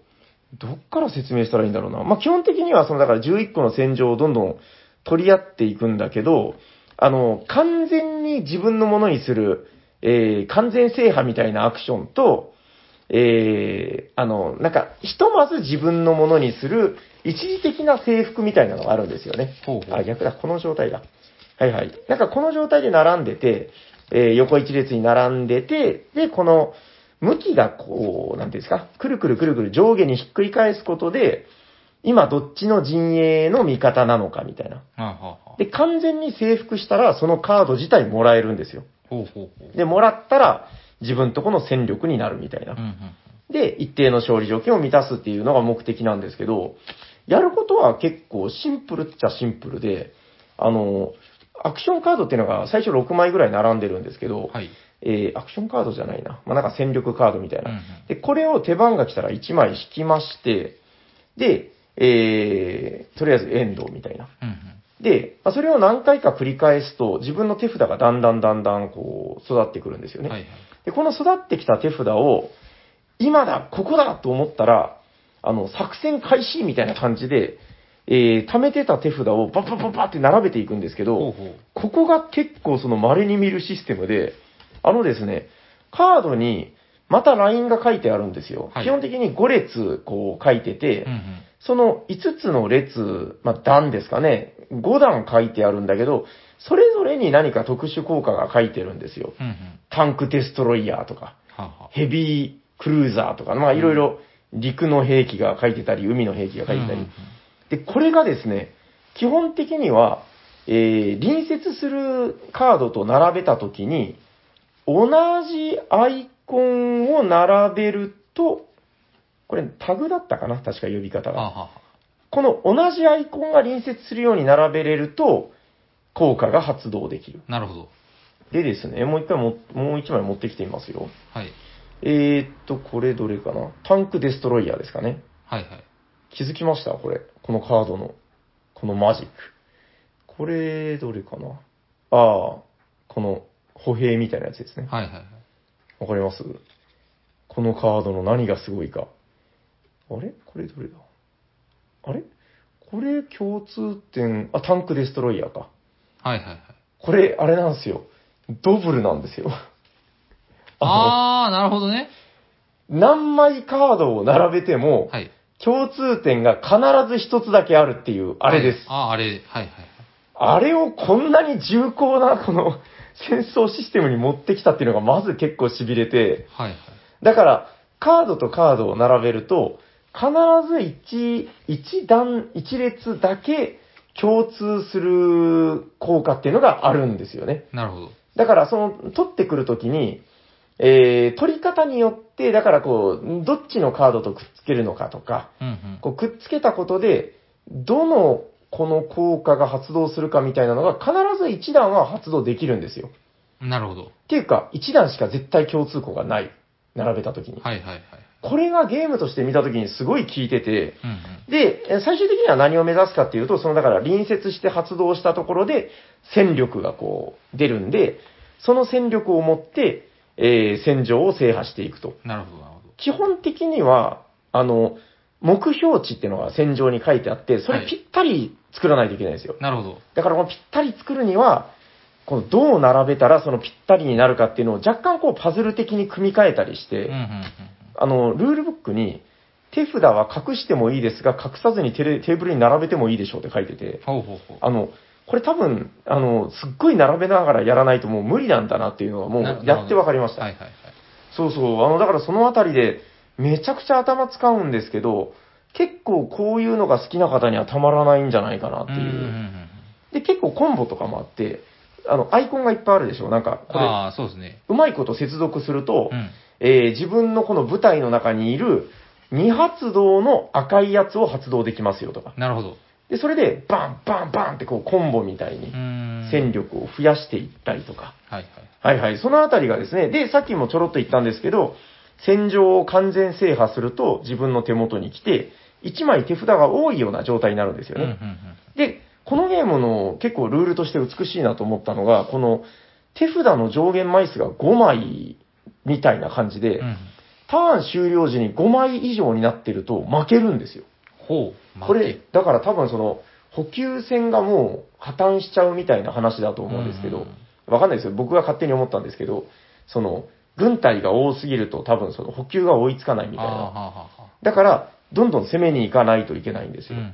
Speaker 2: どっから説明したらいいんだろうな。まあ、基本的にはそのだから11個の戦場をどんどん取り合っていくんだけど、あの、完全に自分のものにする、えー完全制覇みたいなアクションと、えーあの、なんか、ひとまず自分のものにする一時的な征服みたいなのがあるんですよね。
Speaker 1: ほうほう
Speaker 2: あ、逆だ、この状態だ。はいはい。なんかこの状態で並んでて、えー横一列に並んでて、で、この向きがこう、なんていうんですか、くるくるくるくる上下にひっくり返すことで、今どっちの陣営の味方なのかみたいな。
Speaker 1: あはあはあ
Speaker 2: で、完全に征服したら、そのカード自体もらえるんですよ。
Speaker 1: ほうほうほう。
Speaker 2: で、もらったら、自分とこの戦力になるみたいな
Speaker 1: うん。うん。
Speaker 2: で、一定の勝利条件を満たすっていうのが目的なんですけど、やることは結構シンプルっちゃシンプルで、あの、アクションカードっていうのが最初6枚ぐらい並んでるんですけど、
Speaker 1: はい。
Speaker 2: えーアクションカードじゃないな。まあ、なんか戦力カードみたいな。
Speaker 1: うんうん
Speaker 2: で、これを手番が来たら1枚引きまして、で、えー、とりあえずエンドみたいな。
Speaker 1: うんうん。
Speaker 2: で、まあ、それを何回か繰り返すと、自分の手札がだんだんだんだんこう、育ってくるんですよね。
Speaker 1: はいはい。
Speaker 2: で、この育ってきた手札を、今だ、ここだと思ったら、あの、作戦開始みたいな感じで、えー、貯めてた手札をバッバッバッバッって並べていくんですけど、
Speaker 1: ほうほう。
Speaker 2: ここが結構その稀に見るシステムで、あのですね、カードにまたラインが書いてあるんですよ。
Speaker 1: はい
Speaker 2: 基本的に5列こう書いてて、
Speaker 1: うんうん。
Speaker 2: その5つの列、まあ、段ですかね、5段書いてあるんだけど、それぞれに何か特殊効果が書いてるんですよ。
Speaker 1: うんうん。
Speaker 2: タンクデストロイヤーとか、
Speaker 1: はあはあ。
Speaker 2: ヘビークルーザーとか、まあ
Speaker 1: うん
Speaker 2: いろいろ陸の兵器が書いてたり、海の兵器が書いてた
Speaker 1: うんうん。
Speaker 2: りで、これがですね、基本的には、えー、隣接するカードと並べたときに、同じアイコンを並べると、これタグだったかな確か呼び方
Speaker 1: うんはあ
Speaker 2: が。
Speaker 1: はあ。
Speaker 2: この同じアイコンが隣接するように並べれると、効果が発動できる。
Speaker 1: なるほど。
Speaker 2: でですね、もう一回も、もう一枚持ってきてみますよ。
Speaker 1: はい。
Speaker 2: えー、っと、これどれかなタンクデストロイヤーですかね。
Speaker 1: はいはい。
Speaker 2: 気づきましたこれ。このカードの、このマジック。これ、どれかなああ、この歩兵みたいなやつですね。
Speaker 1: はいはいはい。
Speaker 2: わかりますこのカードの何がすごいか。あれこれどれだあれこれ共通点、あ、タンクデストロイヤーか。
Speaker 1: はいはいはい。
Speaker 2: これ、あれなんですよ。ドブルなんですよ。の
Speaker 1: あー、なるほどね。
Speaker 2: 何枚カードを並べても、
Speaker 1: はい。
Speaker 2: 共通点が必ず一つだけあるっていう、あれです。
Speaker 1: はいああ、あれ、はいはい。
Speaker 2: あれをこんなに重厚な、この、 戦争システムに持ってきたっていうのが、まず結構痺れて、
Speaker 1: はいはい。
Speaker 2: だから、カードとカードを並べると、必ず一、一段、一列だけ共通する効果っていうのがあるんですよね。
Speaker 1: なるほど。
Speaker 2: だから、その、取ってくるときに、えー、取り方によって、だからこう、どっちのカードとくっつけるのかとか、
Speaker 1: うんうん。
Speaker 2: こうくっつけたことで、どのこの効果が発動するかみたいなのが必ず1段は発動できるんですよ。
Speaker 1: なるほど。
Speaker 2: っていうか、1段しか絶対共通項がない。並べたときに。
Speaker 1: はいはいはい。
Speaker 2: これがゲームとして見たときにすごい効いてて、
Speaker 1: うん
Speaker 2: で、え最終的には何を目指すかっていうと、そのだから隣接して発動したところで戦力がこう出るんで、その戦力を持って、えー戦場を制覇していくと。
Speaker 1: うん。なるほど、なるほど。
Speaker 2: 基本的には、あの、目標値っていうのが戦場に書いてあって、そ
Speaker 1: は
Speaker 2: れ
Speaker 1: い
Speaker 2: ぴったり作らないといけないんですよ。
Speaker 1: なるほど。
Speaker 2: だからこのぴったり作るには、このどう並べたらそのぴったりになるかっていうのを若干こうパズル的に組み替えたりし
Speaker 1: う
Speaker 2: て、
Speaker 1: んうんうん。
Speaker 2: あの、ルールブックに、手札は隠してもいいですが、隠さずにテレテーブルに並べてもいいでしょうって書いてて、
Speaker 1: ほうほうほう。
Speaker 2: あの、これ多分、あの、すっごい並べながらやらないともう無理なんだなっていうのはも
Speaker 1: なるほ
Speaker 2: う
Speaker 1: ど
Speaker 2: やってわかりました。
Speaker 1: はいはいはい。
Speaker 2: そうそう、あの、だからそのあたりで、めちゃくちゃ頭使うんですけど、結構こういうのが好きな方にはたまらないんじゃないかなってい
Speaker 1: んん
Speaker 2: う。
Speaker 1: ん
Speaker 2: で、結構コンボとかもあって、あの、アイコンがいっぱいあるでしょ。なんか、これ、
Speaker 1: ああ、そうですね。
Speaker 2: うまいこと接続すると、
Speaker 1: うん。
Speaker 2: えー自分のこの舞台の中にいる、未発動の赤いやつを発動できますよとか。
Speaker 1: なるほど。
Speaker 2: で、それで、バンバンバンってこう、コンボみたいうに、
Speaker 1: ーん。
Speaker 2: 戦力を増やしていったりとか。
Speaker 1: はいはい。
Speaker 2: はいはい、そのあたりがですね、で、さっきもちょろっと言ったんですけど、戦場を完全制覇すると自分の手元に来て、1枚手札が多いような状態になるんですよ
Speaker 1: うんうんう
Speaker 2: ね。
Speaker 1: ん。
Speaker 2: で、このゲームの結構ルールとして美しいなと思ったのが、この手札の上限枚数が5枚みたいな感じで、
Speaker 1: うん
Speaker 2: ターン終了時に5枚以上になってると負けるんですよ。
Speaker 1: ほう。
Speaker 2: こ
Speaker 1: 負
Speaker 2: れ
Speaker 1: け、
Speaker 2: だから多分その、補給線がもう破綻しちゃうみたいな話だと思うんですけ
Speaker 1: うん
Speaker 2: ど
Speaker 1: うん、
Speaker 2: わかんないですよ。僕が勝手に思ったんですけど、その、軍隊が多すぎると多分その補給が追いつかないみたい
Speaker 1: ああ、はあ
Speaker 2: な。
Speaker 1: はあはあ。
Speaker 2: だから、どんどん攻めに行かないといけないんです
Speaker 1: うん
Speaker 2: よ。
Speaker 1: う
Speaker 2: っ
Speaker 1: ん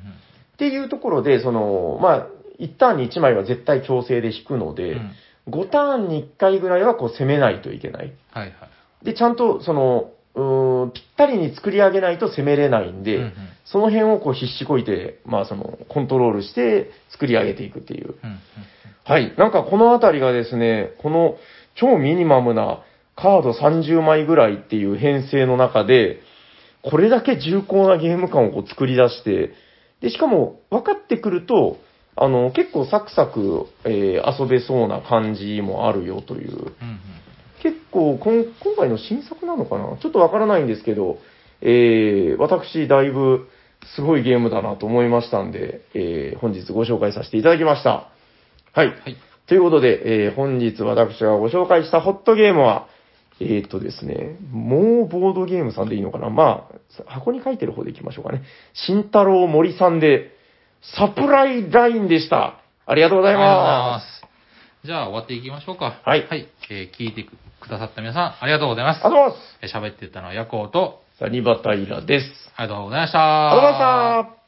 Speaker 2: ていうところで、その、まあ、1ターンに1枚は絶対強制で引くの
Speaker 1: う
Speaker 2: で、
Speaker 1: ん。
Speaker 2: 5ターンに1回ぐらいはこう攻めないといけない。
Speaker 1: はいはい。
Speaker 2: で、ちゃんとその、うーんぴったりに作り上げないと攻めれないんで、
Speaker 1: うんうん
Speaker 2: その辺をこう必死こいて、まあその、コントロールして作り上げていくっていう。
Speaker 1: うんうん
Speaker 2: はい。なんかこのあたりがですね、この超ミニマムなカード30枚ぐらいっていう編成の中で、これだけ重厚なゲーム感をこう作り出して、で、しかも分かってくると、あの、結構サクサク、えー遊べそうな感じもあるよという。
Speaker 1: うんうん。
Speaker 2: 結構こん、今回の新作なのかなちょっとわからないんですけど、えー、私、だいぶ、すごいゲームだなと思いましたんで、えー、本日ご紹介させていただきました。は
Speaker 1: は
Speaker 2: い。
Speaker 1: い。
Speaker 2: ということで、えー、本日私がご紹介したホットゲームは、えー、っとですね、もうボードゲームさんでいいのかなまあ、箱に書いてる方でいきましょうかね。慎太郎森さんで、サプライラインでした。ありがとうご
Speaker 1: あり
Speaker 2: ざい
Speaker 1: がとうござい
Speaker 2: ま。
Speaker 1: ますす。じゃあ終わっていきましょうか。
Speaker 2: はい
Speaker 1: はい。えー聞いてくくださった皆さん、ありがとうございます
Speaker 2: あ。りがとうございます。
Speaker 1: えー喋ってたのはヤコウと、
Speaker 2: サニバタイラです。
Speaker 1: ありがとうございました。
Speaker 2: ありがとうございました。